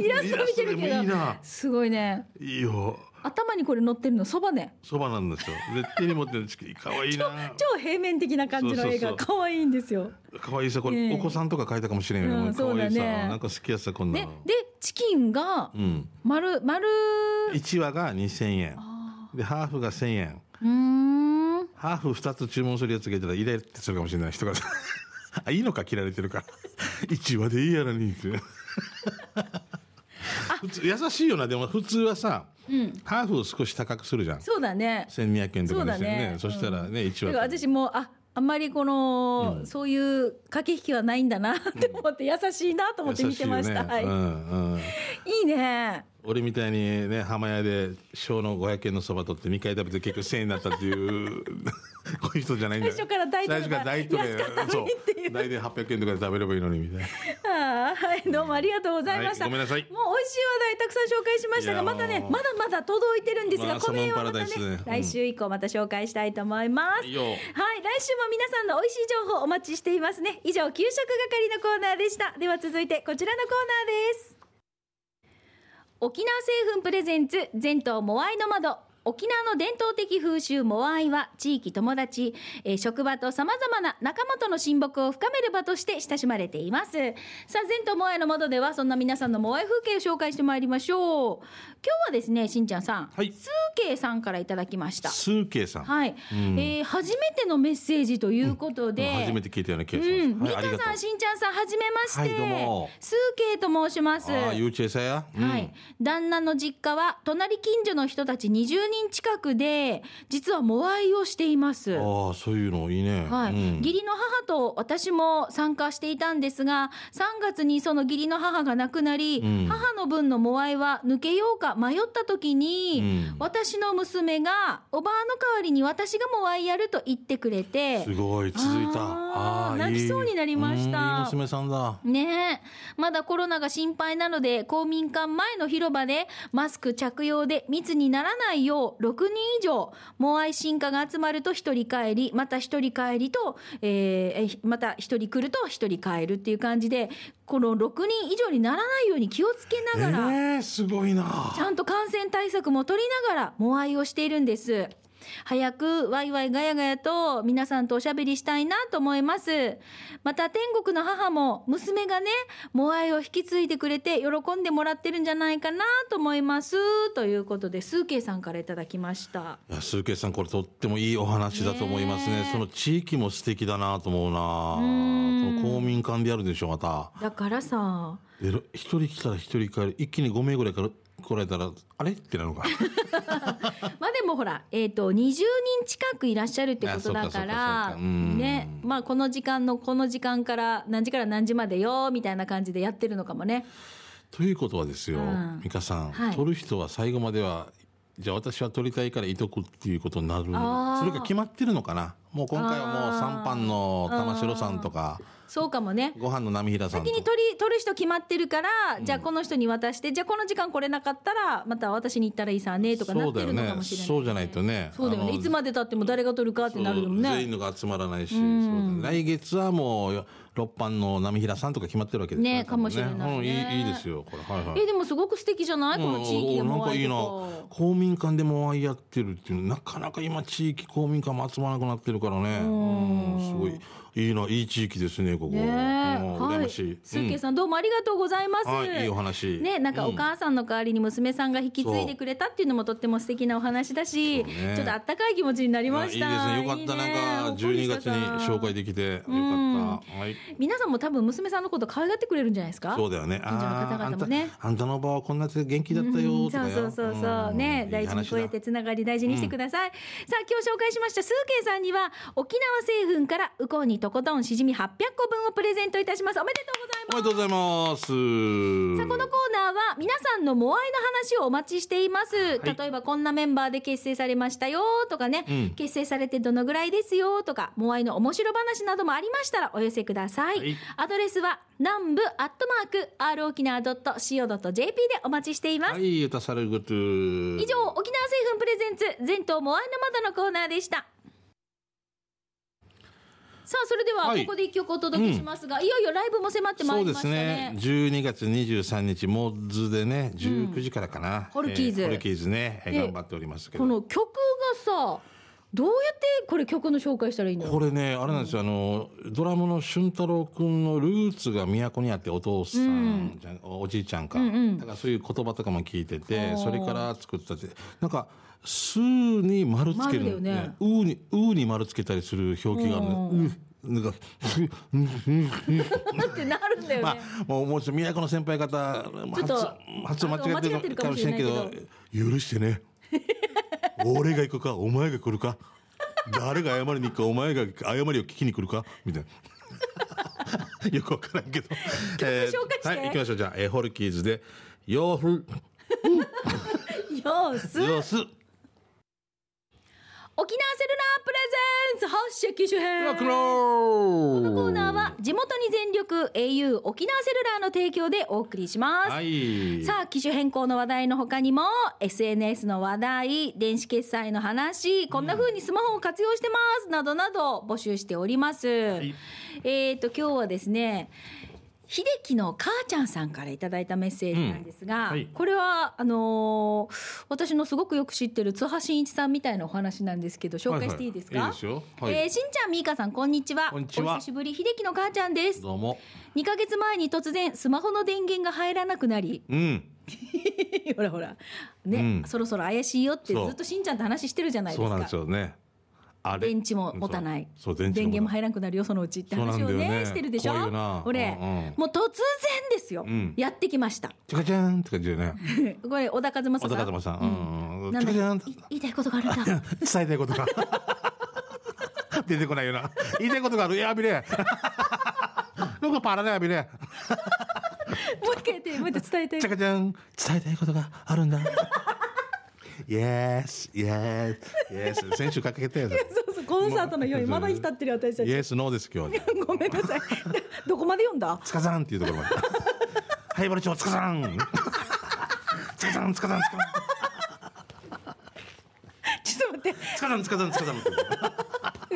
Speaker 1: イラスト見てる
Speaker 2: イ
Speaker 1: け
Speaker 2: ラストでもいい
Speaker 1: ど
Speaker 2: な。
Speaker 1: すごいね
Speaker 2: いいよ。
Speaker 1: 頭にこれ乗ってるのそばね
Speaker 2: そばなんですよ。で手に持ってるチキン、可愛いな。
Speaker 1: 超平面的な感じの絵
Speaker 2: そ
Speaker 1: が
Speaker 2: うそう
Speaker 1: 可愛いんですよ
Speaker 2: 可愛いさ、こ
Speaker 1: ね
Speaker 2: れ、
Speaker 1: え
Speaker 2: お子さんとか描いたかもしれんよね。
Speaker 1: うん
Speaker 2: もう可愛い
Speaker 1: そ
Speaker 2: さ、
Speaker 1: うだね
Speaker 2: なんか好きやさ、こんな
Speaker 1: で
Speaker 2: の。
Speaker 1: でチキンが
Speaker 2: うん。
Speaker 1: 丸丸
Speaker 2: 一話が二千円。で、ハーフが千円。
Speaker 1: うーん
Speaker 2: ハーフ二つ注文するやつがいたら、イライラってするかもしれない人が。 (laughs) あ、いいのか、切られてるから。一話でいいやらにって。普通優しいよな、でも、普通はさ。ハーフを少し高くするじゃん。
Speaker 1: そうだね
Speaker 2: 千二百円とかですよね。そ
Speaker 1: そうだね
Speaker 2: したらね、一
Speaker 1: だ
Speaker 2: 話
Speaker 1: から
Speaker 2: と。
Speaker 1: 私もうああんまりこの、そういう駆け引きはないんだなって思って優しいなと思って見てました、
Speaker 2: 優
Speaker 1: は
Speaker 2: し
Speaker 1: い、
Speaker 2: いよねうんうん。
Speaker 1: いいね
Speaker 2: 俺みたいにね浜屋で小の500円のそば取って2回食べて結局1000円になったっていう (laughs) こういう人じゃないんだよ
Speaker 1: 最初から大トロが
Speaker 2: 最初から大トロ
Speaker 1: 安かったのにっていう
Speaker 2: そう大で800円とかで食べればいいのにみたいな
Speaker 1: あーはい、どうもありがとうございました。
Speaker 2: はいごめんなさい
Speaker 1: もう美味しい話題たくさん紹介しました
Speaker 2: い
Speaker 1: が、
Speaker 2: や
Speaker 1: ま
Speaker 2: ー
Speaker 1: たね、まだまだ届いてるんですが、
Speaker 2: まあ
Speaker 1: この辺はまたね
Speaker 2: サモン、パラダイ
Speaker 1: 来
Speaker 2: ス
Speaker 1: 週以降また紹介したいと思います。
Speaker 2: (laughs) いいよ
Speaker 1: はい、来週も皆さんの美味しい情報お待ちしていますね。以上、給食係のコーナーでした。では続いてこちらのコーナーです。沖縄製粉プレゼンツ全島モアイの窓沖縄の伝統的風習モアイは地域友達、えー職場と様々な仲間との親睦を深める場として親しまれていますさあ前途モアイの窓ではそんな皆さんのモアイ風景を紹介してまいりましょう今日はですねしんちゃんさん、
Speaker 2: はい
Speaker 1: スーケイさんからいただきました
Speaker 2: スーケイさん、
Speaker 1: はい、えー初めてのメッセージということで、
Speaker 2: 初めて聞いたような気がし
Speaker 1: うん、
Speaker 2: ま
Speaker 1: ミ
Speaker 2: す、
Speaker 1: カ
Speaker 2: はい、ありがと
Speaker 1: さん、しんちゃんさん、はじめまして。
Speaker 2: はいどうも
Speaker 1: スーケイと申します。
Speaker 2: うああゆうちえさんや、うん
Speaker 1: はい、旦那の実家は隣近所の人たち20人近くで実はモアイをしています。は
Speaker 2: ああそういうのいいね、
Speaker 1: い
Speaker 2: うん
Speaker 1: 義理の母と私も参加していたんですが3月にその義理の母が亡くなり、
Speaker 2: うん
Speaker 1: 母の分のモアイは抜けようか迷った時に、
Speaker 2: うん
Speaker 1: 私の娘がおばあの代わりに私がモアイやると言ってくれて
Speaker 2: すごい続いた
Speaker 1: あー
Speaker 2: ー
Speaker 1: 泣きそうになりました
Speaker 2: うんいい娘さんだ
Speaker 1: ねえまだコロナが心配なので公民館前の広場でマスク着用で密にならないよう6人以上モアイ進化が集まると1人帰りまた1人帰りと、えーえまた1人来ると1人帰るっていう感じでこの6人以上にならないように気をつけ
Speaker 2: え
Speaker 1: ながら。
Speaker 2: ー、すごいな
Speaker 1: ちゃんと感染対策も取りながら、モアイをしているんです。早くワイワイガヤガヤと皆さんとおしゃべりしたいなと思います。また天国の母も娘がね、モアイを引き継いでくれて喜んでもらってるんじゃないかなと思います。ということで、スーケイさんからいただきました。
Speaker 2: いや鈴木さんこれとってもいいお話だと思いますね
Speaker 1: ねえ
Speaker 2: その地域も素敵だなと思う
Speaker 1: うん
Speaker 2: なその公民館でやるでしょまた
Speaker 1: だから
Speaker 2: (laughs)
Speaker 1: さ、
Speaker 2: えろ一人来たら一人帰る一気に5名ぐらいから来られたらあれってなるのか
Speaker 1: まあでもほら、えっ、と、20人近くいらっしゃるってことだか、
Speaker 2: あそうかそうからそうかうん
Speaker 1: ね、まあこの時間のこの時間から何時から何時までよ、みたいな感じでやってるのかもね。
Speaker 2: ということはですよ、
Speaker 1: うん
Speaker 2: 美香さん、
Speaker 1: はい
Speaker 2: 撮る人は最後まではじゃあ私は撮りたいからいとくっていうことになる
Speaker 1: あー
Speaker 2: それが決まってるのかなもう今回はもう
Speaker 1: あー
Speaker 2: 三班の玉城さんとか
Speaker 1: そうかもね。
Speaker 2: ご飯の波平さんと
Speaker 1: 先に
Speaker 2: か
Speaker 1: 取り取る人決まってるから、じゃあこの人に渡して、じゃあこの時間来れなかったら、また私に行ったらいいさねとかな
Speaker 2: そ
Speaker 1: っ
Speaker 2: うだ
Speaker 1: て
Speaker 2: よ
Speaker 1: るのか
Speaker 2: ね
Speaker 1: もしれない。
Speaker 2: そうじゃないとね
Speaker 1: そうだよね。
Speaker 2: あの
Speaker 1: いつまで経っても誰が取るかってなるのも
Speaker 2: そう全
Speaker 1: ね。
Speaker 2: 員のが集まらないし、そうだね来月はもう六班の波平さんとか決まってるわけです
Speaker 1: ねかもしれないね
Speaker 2: うんいいいいですよこれはいはい
Speaker 1: え、でもすごく素敵じゃないこの地域で
Speaker 2: うんお
Speaker 1: も
Speaker 2: なんかいいな
Speaker 1: と
Speaker 2: 公民館でモアイやってるっていうなかなか今地域公民館も集まらなくなってるからねうんすごいいいないい地域ですねここ
Speaker 1: か。ねえ
Speaker 2: うん
Speaker 1: は
Speaker 2: 羨
Speaker 1: い。
Speaker 2: ま
Speaker 1: ス
Speaker 2: しい、
Speaker 1: ーケイさんどうもありがとうございます。
Speaker 2: うんはいいいお話
Speaker 1: ね、なんかお母さんの代わりに娘さんが引き継い
Speaker 2: そ
Speaker 1: で
Speaker 2: う
Speaker 1: くれたっていうのもとっても素敵なお話だし、
Speaker 2: そうね
Speaker 1: ちょっとあったかい気持ちになり
Speaker 2: いや
Speaker 1: ま
Speaker 2: いい
Speaker 1: し
Speaker 2: ですね
Speaker 1: た。
Speaker 2: よかったなんか12月に紹介
Speaker 1: で。
Speaker 2: できてよかった、はい
Speaker 1: 皆さんも多分娘さんのこと可愛がってくれるんじゃないですか
Speaker 2: そうだよね。
Speaker 1: 近所の方々もね
Speaker 2: あーあんたあんたのおばはこんなやつで元気だったよと
Speaker 1: そ
Speaker 2: か
Speaker 1: う
Speaker 2: よ
Speaker 1: そうそうそう、
Speaker 2: ん
Speaker 1: ね
Speaker 2: いい
Speaker 1: 大
Speaker 2: 話
Speaker 1: 事にこうやっ
Speaker 2: だ
Speaker 1: てつながり大事にしてください、さあ今日紹介しましたスーケイさんには沖縄製粉からウコンにとことんしじみ800個分をプレゼントいたしますおめでとうございます
Speaker 2: おめでとうございます。
Speaker 1: さあこのコーナーは皆さんのモアイの話をお待ちしています、
Speaker 2: い
Speaker 1: 例えばこんなメンバーで結成されましたよとかね、
Speaker 2: うん
Speaker 1: 結成されてどのぐらいですよとかモアイの面白話などもありましたらお寄せください、
Speaker 2: はい
Speaker 1: アドレスは南部アットマーク r 沖縄 .co.jp でお待ちしています、
Speaker 2: はい、ゆたさるぐと。
Speaker 1: 以上沖縄製粉プレゼンツ全島モアイの窓のコーナーでしたさあそれでは
Speaker 2: はい
Speaker 1: ここで一曲お届けしますが、いよいよライブも迫ってまい
Speaker 2: そ
Speaker 1: り
Speaker 2: うで
Speaker 1: まし
Speaker 2: す
Speaker 1: た
Speaker 2: ね
Speaker 1: ね。
Speaker 2: 12月23日、モーズでね、19時からかな。
Speaker 1: ホルキーズ
Speaker 2: えホルキーズね、え
Speaker 1: で
Speaker 2: ー頑張っておりますけ
Speaker 1: こ
Speaker 2: ど。
Speaker 1: の曲がさどうやってこれ曲の紹介したらいいんだろ
Speaker 2: こ
Speaker 1: う
Speaker 2: れね、あれなんですよ、あの、ドラムの俊太郎くんのルーツが都にあって、お父さんじゃん、おおじいちゃんか、
Speaker 1: うんうん
Speaker 2: だからそういう言葉とかも聞いてて、
Speaker 1: おー
Speaker 2: それから作ったって、なんか、すーに丸つける、
Speaker 1: 丸だよね
Speaker 2: うーに、うーに丸つけたりする表記があるの、
Speaker 1: う
Speaker 2: ね、うーなんか、 (laughs) うー
Speaker 1: だってなるんだよね、
Speaker 2: まあ、もう、もうちょっと都の先輩方、
Speaker 1: ちょっと
Speaker 2: 発発音間
Speaker 1: あの間
Speaker 2: 違
Speaker 1: 違
Speaker 2: っ
Speaker 1: って
Speaker 2: てる
Speaker 1: る
Speaker 2: か
Speaker 1: か
Speaker 2: も
Speaker 1: も
Speaker 2: し
Speaker 1: し
Speaker 2: れ
Speaker 1: れ
Speaker 2: ん
Speaker 1: な
Speaker 2: け
Speaker 1: いけど
Speaker 2: ど、許し
Speaker 1: (laughs)
Speaker 2: てね。俺が行くか、お前が来るか。誰が謝りに行くか、お前が謝りを聞きに来るか、みたいな。
Speaker 1: (laughs)
Speaker 2: よくわからんけど。え
Speaker 1: 紹介して
Speaker 2: ーはい、行きましょう。じゃあ、えーホルキーズで、ヨーフル、
Speaker 1: よーす
Speaker 2: ヨース。
Speaker 1: 沖縄セルラープレゼンツ発射機種編
Speaker 2: ロックンロ
Speaker 1: こ
Speaker 2: ール
Speaker 1: のコーナーは地元に全力 au 沖縄セルラーの提供でお送りします、
Speaker 2: はい。
Speaker 1: さあ機種変更の話題の他にも SNS の話題電子決済の話こんな風にスマホを活用してますなどなど募集しております、
Speaker 2: い
Speaker 1: えっ、と今日はですね秀樹の母ちゃんさんからいただいたメッセージなんですが、
Speaker 2: うんはい
Speaker 1: これはあのー私のすごくよく知ってる津波真一さんみたいなお話なんですけど紹介していいですか、
Speaker 2: ははよはい、
Speaker 1: えーしんちゃんみーかさんこんにちは
Speaker 2: こんにちは
Speaker 1: お久しぶり秀樹の母ちゃんです
Speaker 2: どうも
Speaker 1: 2ヶ月前に突然スマホの電源が入らなくなり (laughs)
Speaker 2: うん
Speaker 1: ほらほらね、
Speaker 2: うん
Speaker 1: そろそろ怪しいよってず
Speaker 2: そう
Speaker 1: っとしんちゃんと話してるじゃないで
Speaker 2: そう
Speaker 1: す
Speaker 2: なん
Speaker 1: か
Speaker 2: ですよねあれ
Speaker 1: 電池も持たない
Speaker 2: そうそう電池も持たない
Speaker 1: 源も入らなくなるよそのうちって話を
Speaker 2: そうなん
Speaker 1: ね
Speaker 2: だよね
Speaker 1: してるでしょ
Speaker 2: 怖いよな
Speaker 1: 俺、
Speaker 2: うんうん
Speaker 1: もう突然ですよ、
Speaker 2: うん
Speaker 1: やってきました
Speaker 2: チカチャンって感じでね
Speaker 1: これ小田和正さ
Speaker 2: 小
Speaker 1: ん
Speaker 2: 高玉さん、うん
Speaker 1: な
Speaker 2: チ
Speaker 1: んだ
Speaker 2: カチャン
Speaker 1: い言いたいことがあるんだ
Speaker 2: (laughs) 伝えたいことが出てこないよな言いたいことがあるいやび (laughs) れなんかパラだよびれ
Speaker 1: もう一回やってもう一回伝えて
Speaker 2: チャカちゃん伝えたいことがある (laughs) んだ Yes, yes, yes 先週かけた (laughs) やつ
Speaker 1: そうそうコンサートのようにまだ浸ってるよ私たち
Speaker 2: Yes, no です今日
Speaker 1: (laughs) ごめんなさいどこまで読んだ
Speaker 2: つかざんっていうところ (laughs) まで灰原町つかざんつかざんつかざんつかざん
Speaker 1: ちょっと待っ
Speaker 2: つかざんつかざんつかざん
Speaker 1: て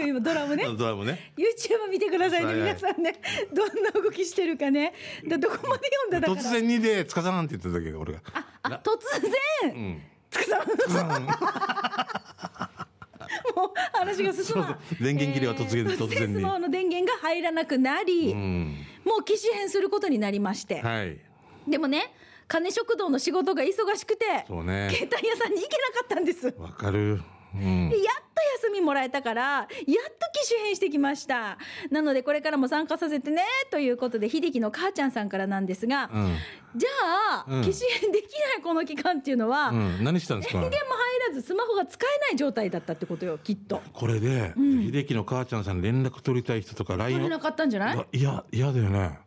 Speaker 1: 今ドラムね
Speaker 2: ドラムね
Speaker 1: YouTube 見てくださいね、
Speaker 2: はいはい
Speaker 1: 皆さんねどんな動きしてるかねだどこまで読んだだ
Speaker 2: 突
Speaker 1: から
Speaker 2: 然にでつかざんって言っただけど俺が
Speaker 1: あ突然、
Speaker 2: ん
Speaker 1: つくさん
Speaker 2: つかざん
Speaker 1: もう話が進まん
Speaker 2: そうそう電源切れは突然
Speaker 1: えー
Speaker 2: 突然に
Speaker 1: スマホの電源が入らなくなり、
Speaker 2: うん
Speaker 1: もう機種変することになりまして、
Speaker 2: はい
Speaker 1: でもね金食堂の仕事が忙しくて、
Speaker 2: そうね
Speaker 1: 携帯屋さんに行けなかったんです、
Speaker 2: わかるうん
Speaker 1: でやっと休みもらえたからやっと機種変してきましたなのでこれからも参加させてねということで秀樹の母ちゃんさんからなんですが、
Speaker 2: うん
Speaker 1: じゃあ、
Speaker 2: うん
Speaker 1: 機種変できないこの期間っていうのは、
Speaker 2: うん何したんです
Speaker 1: 電
Speaker 2: か
Speaker 1: 源も入らずスマホが使えない状態だったってことよきっと
Speaker 2: これで、秀樹の母ちゃんさんに連絡取りたい人とか
Speaker 1: 取
Speaker 2: LINE
Speaker 1: れ
Speaker 2: を
Speaker 1: なかったんじゃない
Speaker 2: いや嫌だよね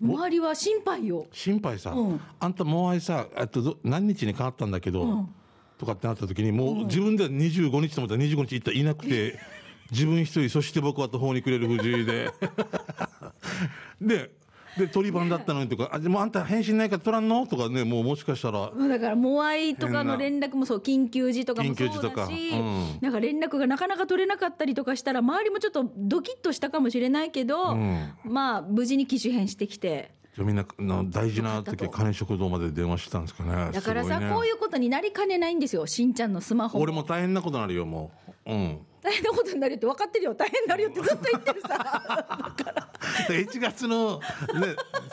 Speaker 1: 周りは心配よ
Speaker 2: 心配さ、
Speaker 1: うん
Speaker 2: あんたもうあいさあとど何日に変わったんだけど、
Speaker 1: うん
Speaker 2: とかってなった時にもう自分では25日と思ったら25日行ったらいなく
Speaker 1: (laughs)
Speaker 2: て自分一人そして僕は途方に暮れる藤井ででで鳥番だったのにとか「あでもあんた返信ないから取らんの?」とかねもうもしかしたら
Speaker 1: もうだからモアイとかの連絡もそう緊急時とかもそうだ
Speaker 2: 緊急時とかう
Speaker 1: し、
Speaker 2: ん
Speaker 1: なんか連絡がなかなか取れなかったりとかしたら周りもちょっとドキッとしたかもしれないけど、
Speaker 2: うん
Speaker 1: まあ無事に機種変してきて
Speaker 2: じゃあみんなな大事な時
Speaker 1: よかったと
Speaker 2: 金食堂まで電話してたんですかね
Speaker 1: だからさ、
Speaker 2: すごいね
Speaker 1: こういうことになりかねないんですよしんちゃんのスマホ
Speaker 2: 俺も大変なことになるよもううん (laughs)
Speaker 1: 大変なことになるよって分かってるよ大変になるよってずっと言ってる
Speaker 2: (laughs)
Speaker 1: さ
Speaker 2: で1月の、ね、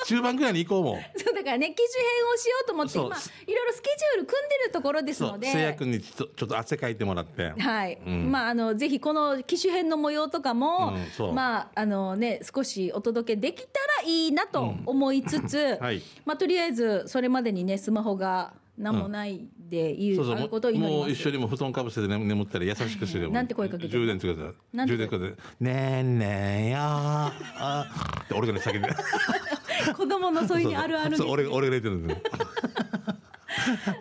Speaker 2: 中盤ぐらいに行こうもん
Speaker 1: そうだからね機種変をしようと思って
Speaker 2: そう
Speaker 1: 今いろいろスケジュール組んでるところです
Speaker 2: そ
Speaker 1: の
Speaker 2: う
Speaker 1: で
Speaker 2: せいや君にちょっとちょっと汗かいてもらって
Speaker 1: はい、
Speaker 2: うん
Speaker 1: まああのぜひこの機種編の模様とかも
Speaker 2: うん、そう
Speaker 1: まああのね少しお届けできたらいいなと思いつつ、
Speaker 2: (laughs) はい
Speaker 1: まあとりあえずそれまでにねスマホが何もないでいう、
Speaker 2: そうそう
Speaker 1: あ
Speaker 2: も
Speaker 1: ることを
Speaker 2: う
Speaker 1: 祈り
Speaker 2: も
Speaker 1: ま
Speaker 2: う
Speaker 1: す。
Speaker 2: 一緒にもう布団かぶせて、ね、眠ったら優しくするよ、
Speaker 1: なんて声かけてる
Speaker 2: 充電してくださ
Speaker 1: なん
Speaker 2: い
Speaker 1: て
Speaker 2: 充
Speaker 1: 声
Speaker 2: 電してくださいねえねえよーあーって俺がね
Speaker 1: (laughs)
Speaker 2: 叫んで
Speaker 1: (laughs) 子供のそういうにあるあるです
Speaker 2: (laughs) そう俺が俺が出てるんですよ
Speaker 1: あ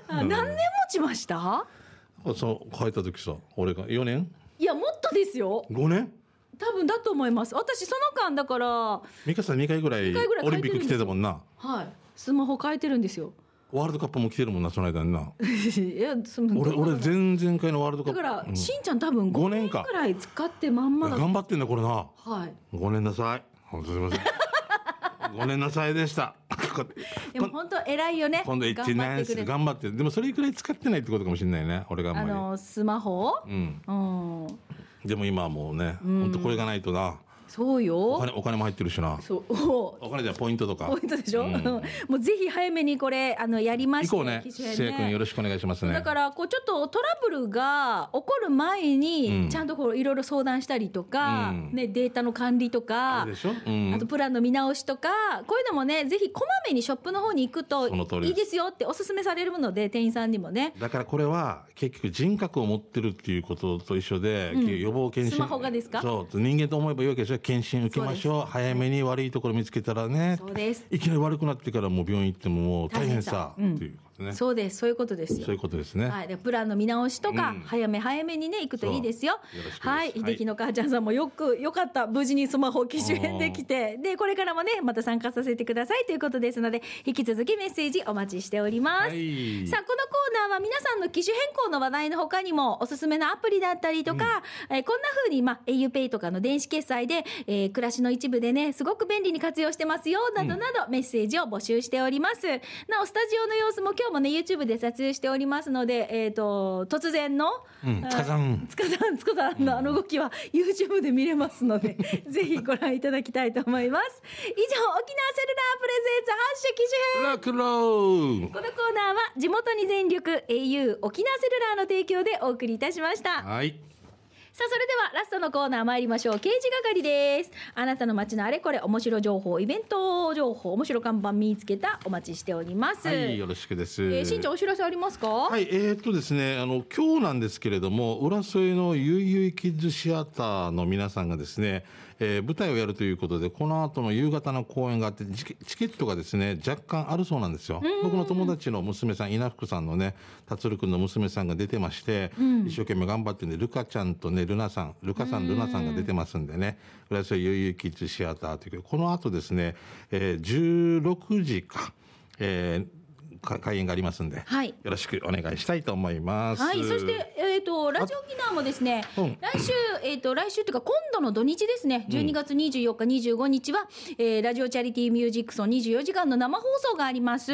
Speaker 1: 何年持ちました？
Speaker 2: (laughs) そう帰った時さ俺が4年
Speaker 1: いやもっとですよ。
Speaker 2: 5年
Speaker 1: 多分だと思います。私その間だからは
Speaker 2: 美香さん2回ぐらい
Speaker 1: 回ぐらい
Speaker 2: オリンピック来てたもんない
Speaker 1: スマホ変えてるんですよ。 (laughs)
Speaker 2: ワールドカップも来てるもんなその間にない
Speaker 1: やその
Speaker 2: 俺
Speaker 1: どうな
Speaker 2: 俺
Speaker 1: の
Speaker 2: 前々回のワールドカ
Speaker 1: だ
Speaker 2: ップ
Speaker 1: から、
Speaker 2: うん
Speaker 1: しんちゃん多分
Speaker 2: 五
Speaker 1: 5年
Speaker 2: 年か
Speaker 1: くらい使ってまんまだと
Speaker 2: 頑張ってんだこれな
Speaker 1: はい。
Speaker 2: ごめんなさい本当すみませんごめんなさいでした (laughs) こ
Speaker 1: でも本当偉いよね。
Speaker 2: 今度1
Speaker 1: 頑張
Speaker 2: 年
Speaker 1: ってくれて
Speaker 2: 頑張ってでもそれくらい使ってないってことかもしれないね俺があ
Speaker 1: あ
Speaker 2: んま
Speaker 1: のスマホを。
Speaker 2: りうん
Speaker 1: うん。
Speaker 2: でも今はもうね本当これがないとな
Speaker 1: そう
Speaker 2: お
Speaker 1: よ。
Speaker 2: 金お金も入ってるしな
Speaker 1: そう。お
Speaker 2: お金じゃポイントとか
Speaker 1: ポイントでしょ。
Speaker 2: うん
Speaker 1: (laughs) もうぜひ早めにこれあのやりまし
Speaker 2: 行
Speaker 1: て。
Speaker 2: こうね
Speaker 1: 機種
Speaker 2: せいや君よろしくお願いしますね
Speaker 1: だからこうちょっとトラブルが起こる前
Speaker 2: う
Speaker 1: に
Speaker 2: ん
Speaker 1: ちゃんとこういろいろ相談したりとか、
Speaker 2: うん
Speaker 1: ねデータの管理とか
Speaker 2: あれで。しょうん
Speaker 1: あとプランの見直しとかこういうのもねぜひこまめにショップの方に行くと
Speaker 2: その通りです
Speaker 1: いいですよっておすすめされるので店員さんにもね
Speaker 2: だからこれは結局人格を持ってるっていうことと一緒で、
Speaker 1: ん
Speaker 2: 予防検診
Speaker 1: スマホがですか
Speaker 2: そう人間と思えばいいわけでしょ検診受けましょう早めに悪いところ見つけたらね
Speaker 1: そうです
Speaker 2: いきなり悪くなってからもう病院行ってももう大変さ
Speaker 1: 大変さうん
Speaker 2: っていうことね、
Speaker 1: そうですそういうことですよ
Speaker 2: そういうことですね、
Speaker 1: はい、でプランの見直しとか、
Speaker 2: うん
Speaker 1: 早め早めにね行くといいですよ
Speaker 2: そうよろしくです
Speaker 1: はい
Speaker 2: はい
Speaker 1: 秀樹の母ちゃんさんもよくよかった無事にスマホを機種変できてでこれからもねまた参加させてくださいということですので引き続きメッセージお待ちしております、
Speaker 2: はい
Speaker 1: さあこのコーナーは皆さんの機種変更の話題の他にもおすすめのアプリだったりとか、えーこんな風にまあ auPay とかの電子決済でえー暮らしの一部でねすごく便利に活用してますよなどなどメッセージを募集しております、なおスタジオの様子も今日もね YouTube で撮影しておりますので、えー、と突然の、
Speaker 2: うん塚さん
Speaker 1: 塚さん塚さんのあの動きは YouTube で見れますの
Speaker 2: (laughs)
Speaker 1: でぜひご覧いただきたいと思います以上沖縄セルラープレゼンツ発射機種編
Speaker 2: ラクロー
Speaker 1: このコーナーは地元に全力 au 沖縄セルラーの提供でお送りいたしました
Speaker 2: はい
Speaker 1: さあそれではラストのコーナー参りましょう刑事係ですあなたの街のあれこれ面白情報イベント情報面白看板見つけたお待ちしております、
Speaker 2: はいよろしくです、
Speaker 1: えー、しんちゃんお知らせありますか、
Speaker 2: はい、えーっとですね、あの、今日なんですけれども、浦添のゆいゆいキッズシアターの皆さんがですね、えー舞台をやるということで、この後の夕方の公演があって、チケチケットがですね、若干あるそうなんですよ。僕の友達の娘さん、稲福さんのね、達郎くんの娘さんが出てまして、一生懸命頑張ってね、ルカちゃんとね、ルナさん、ルカさん、ルナさんが出てますんでね、浦添ゆいゆいキッズシアターという、この後ですね、えー16時か、えーか開演がありますんで、
Speaker 1: はい
Speaker 2: よろしくお願いしたいと思います。
Speaker 1: はい、そして、えー、とラジオ沖縄もですね、
Speaker 2: うん
Speaker 1: 来週、えー、と来週というか、今度の土日ですね、12月24日、25日は、えーラジオチャリティーミュージックソン24時間の生放送があります、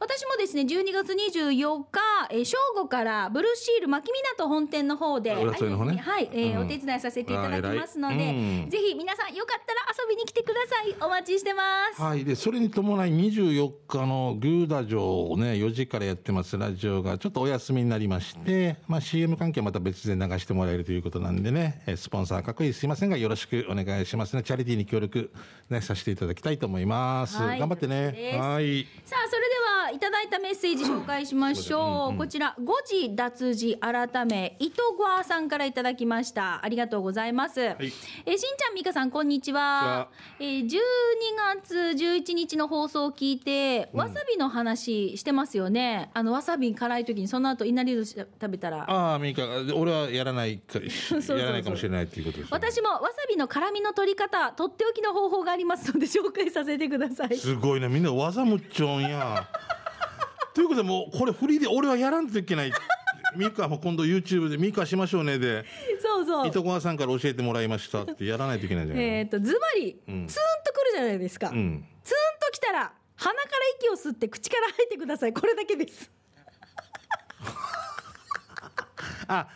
Speaker 1: 私もですね、12月24日、えー正午からブルーシール牧港本店の方で、
Speaker 2: あ浦添の方ね
Speaker 1: はい、えー
Speaker 2: う
Speaker 1: お
Speaker 2: ん
Speaker 1: 手伝いさせていただきますので、
Speaker 2: あ偉いうん
Speaker 1: ぜひ皆さん、よかったら遊びに来てください、お待ちしてます。
Speaker 2: はい、でそれに伴い24日のグーダ城をね4時からやってますラジオがちょっとお休みになりまして、まあ、CM 関係はまた別で流してもらえるということなんでねえースポンサー各位すいませんがよろしくお願いしますねチャリティーに協力、ね、させていただきたいと思います、
Speaker 1: はい
Speaker 2: 頑張っ
Speaker 1: そ
Speaker 2: て
Speaker 1: うで
Speaker 2: ね
Speaker 1: す
Speaker 2: はい
Speaker 1: さあそれではいただいたメッセージ紹介しましょう、こちら5時脱字改め糸川さんからいただきましたありがとうございます、えーしんちゃんみかさんこんにちはえー、12月11日の放送を聞いてわさびの話してますよね、あのわさび辛い時にその後いなり寿司食べたら
Speaker 2: ああミカ俺はやらないか
Speaker 1: う (laughs) そうそう
Speaker 2: やらないかもしれないっていうことですね、
Speaker 1: 私もわさびの辛みの取り方とっておきの方法がありますので紹介させてください
Speaker 2: すごいなみんな技むっちょん
Speaker 1: (laughs)
Speaker 2: やということでもうこれフリーで俺はやらんといけないミカも今度 YouTube で「ミカしましょうね」で
Speaker 1: そうそう
Speaker 2: 糸川さんから教えてもらいましたってやらないといけないじゃない、
Speaker 1: えー、とズバリ、
Speaker 2: ん
Speaker 1: ツーンとくるじゃないですか、
Speaker 2: うん
Speaker 1: ツーンときたら鼻から息を吸って口から吐いてくださいこれだけです
Speaker 2: あ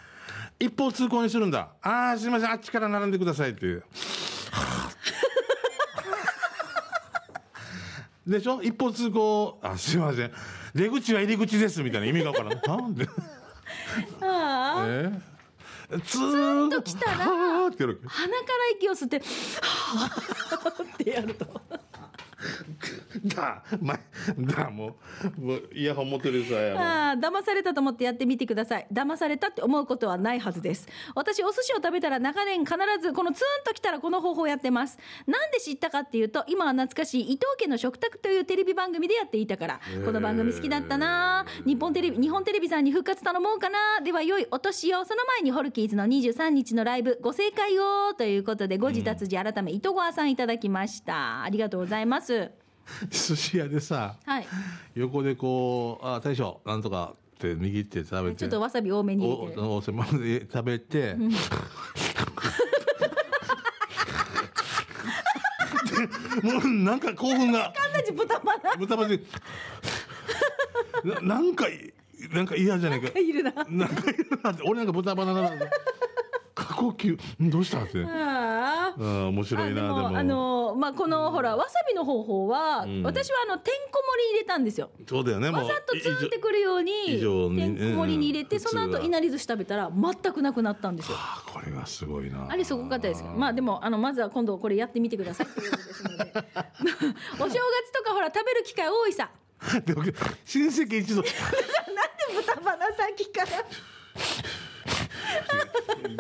Speaker 2: 一方通行にするんだああすいませんあっちから並んでくださいっていう
Speaker 1: (laughs)
Speaker 2: でしょ一方通行あすいません出口は入り口ですみたいな意味がわからんなんで
Speaker 1: ああ
Speaker 2: えーツーン
Speaker 1: と来たら
Speaker 2: はーってやるわけ
Speaker 1: 鼻から息を吸ってはーってやると
Speaker 2: だ、ま、だ、もう、もうイヤホン持ってるさや
Speaker 1: ああ騙されたと思ってやってみてください騙されたって思うことはないはずです私お寿司を食べたら長年必ずこのツーンときたらこの方法をやってますなんで知ったかっていうと今は懐かしい伊藤家の食卓というテレビ番組でやっていたからこの番組好きだったな日本テレビ日本テレビさんに復活頼もうかなでは良いお年をその前にホルキーズの23日のライブご正解をということで誤字脱字改め糸川さんいただきましたありがとうございます
Speaker 2: 寿司屋でさ (laughs)
Speaker 1: はい
Speaker 2: 横でこう「あ大将なんとか」って握って食べて
Speaker 1: ちょっとわさび多めに入れてる
Speaker 2: おおせまで食べて、でもうなんか興奮が
Speaker 1: 同じ豚バラ
Speaker 2: 豚バラでななんかなんか嫌じゃないか
Speaker 1: がいるな
Speaker 2: なんか嫌なんて俺なんか豚バラなのに過呼吸んどうしたってあ
Speaker 1: ああ。
Speaker 2: ー面白いなでも
Speaker 1: あのまあこのほらわさびの方法は、私はあのてんこ盛り入れたんですよ。
Speaker 2: そうだよね
Speaker 1: わ
Speaker 2: もう
Speaker 1: ざとツーンってくるように
Speaker 2: 以上に
Speaker 1: てんこ盛りに入れて、
Speaker 2: うん
Speaker 1: その後いなり寿司食べたら全くなくなったんですよ。
Speaker 2: あこれはすごいな
Speaker 1: あれすごかったですけどまあでもあのまずは今度これやってみてくださいということですのでお正月とかほら食べる機会多いさ
Speaker 2: (laughs) でも親戚
Speaker 1: (laughs)
Speaker 2: 一同
Speaker 1: なんで豚バラ先から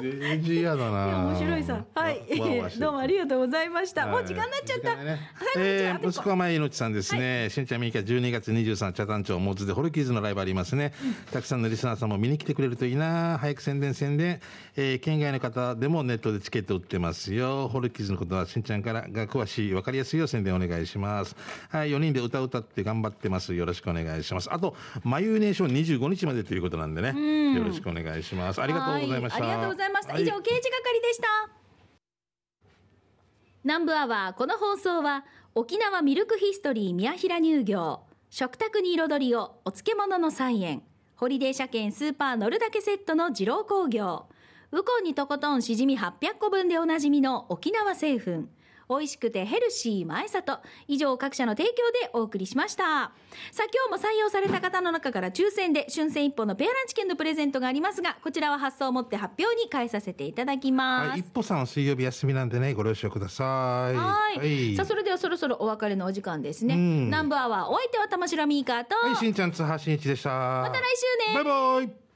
Speaker 2: デジ嫌だ
Speaker 1: いや
Speaker 2: な
Speaker 1: (laughs) 面白いさはい
Speaker 2: わわわしてる
Speaker 1: (laughs) どうもありがとうございました、
Speaker 2: はい
Speaker 1: もう時間になっちゃった、
Speaker 2: 時間がね
Speaker 1: 最後にじゃあ
Speaker 2: え
Speaker 1: あと
Speaker 2: ー
Speaker 1: 一個
Speaker 2: 息子は前命さんですね、しんちゃんみーか12月23茶壇町モーズでホルキーズのライブありますね、たくさんのリスナーさんも見に来てくれるといいな早く宣伝宣伝、えー県外の方でもネットでチケット売ってますよホルキーズのことはしんちゃんからが詳しい分かりやすいよう宣伝お願いしますはい4人で歌歌って頑張ってますよろしくお願いしますあと眉ネーション25日までということなんでね、よろしくお願いしますありがとうございました
Speaker 1: はありがとうございました。
Speaker 2: はい
Speaker 1: 以上、刑事係でした。南部アワーこの放送は沖縄ミルクヒストリー宮平乳業食卓に彩りをお漬物の菜園ホリデー車検スーパー乗るだけセットの二郎工業ウコンにとことんしじみ800個分でおなじみの沖縄製粉美味しくてヘルシー前里以上各社の提供でお送りしましたさあ今日も採用された方の中から抽選で春戦一本のペアランチ券のプレゼントがありますがこちらは発送をもって発表に変えさせていただきます、
Speaker 3: はい、一歩さんは水曜日休みなんでね、ご了承ください。
Speaker 1: はい、さあそ
Speaker 3: は
Speaker 1: れではそろそろお別れのお時間ですね、
Speaker 3: うん
Speaker 1: 南部アワーお相手は玉城ミーカーと、
Speaker 3: い、しんちゃん、津波しんいちでした。ま
Speaker 1: また来週ね
Speaker 3: バイバイ。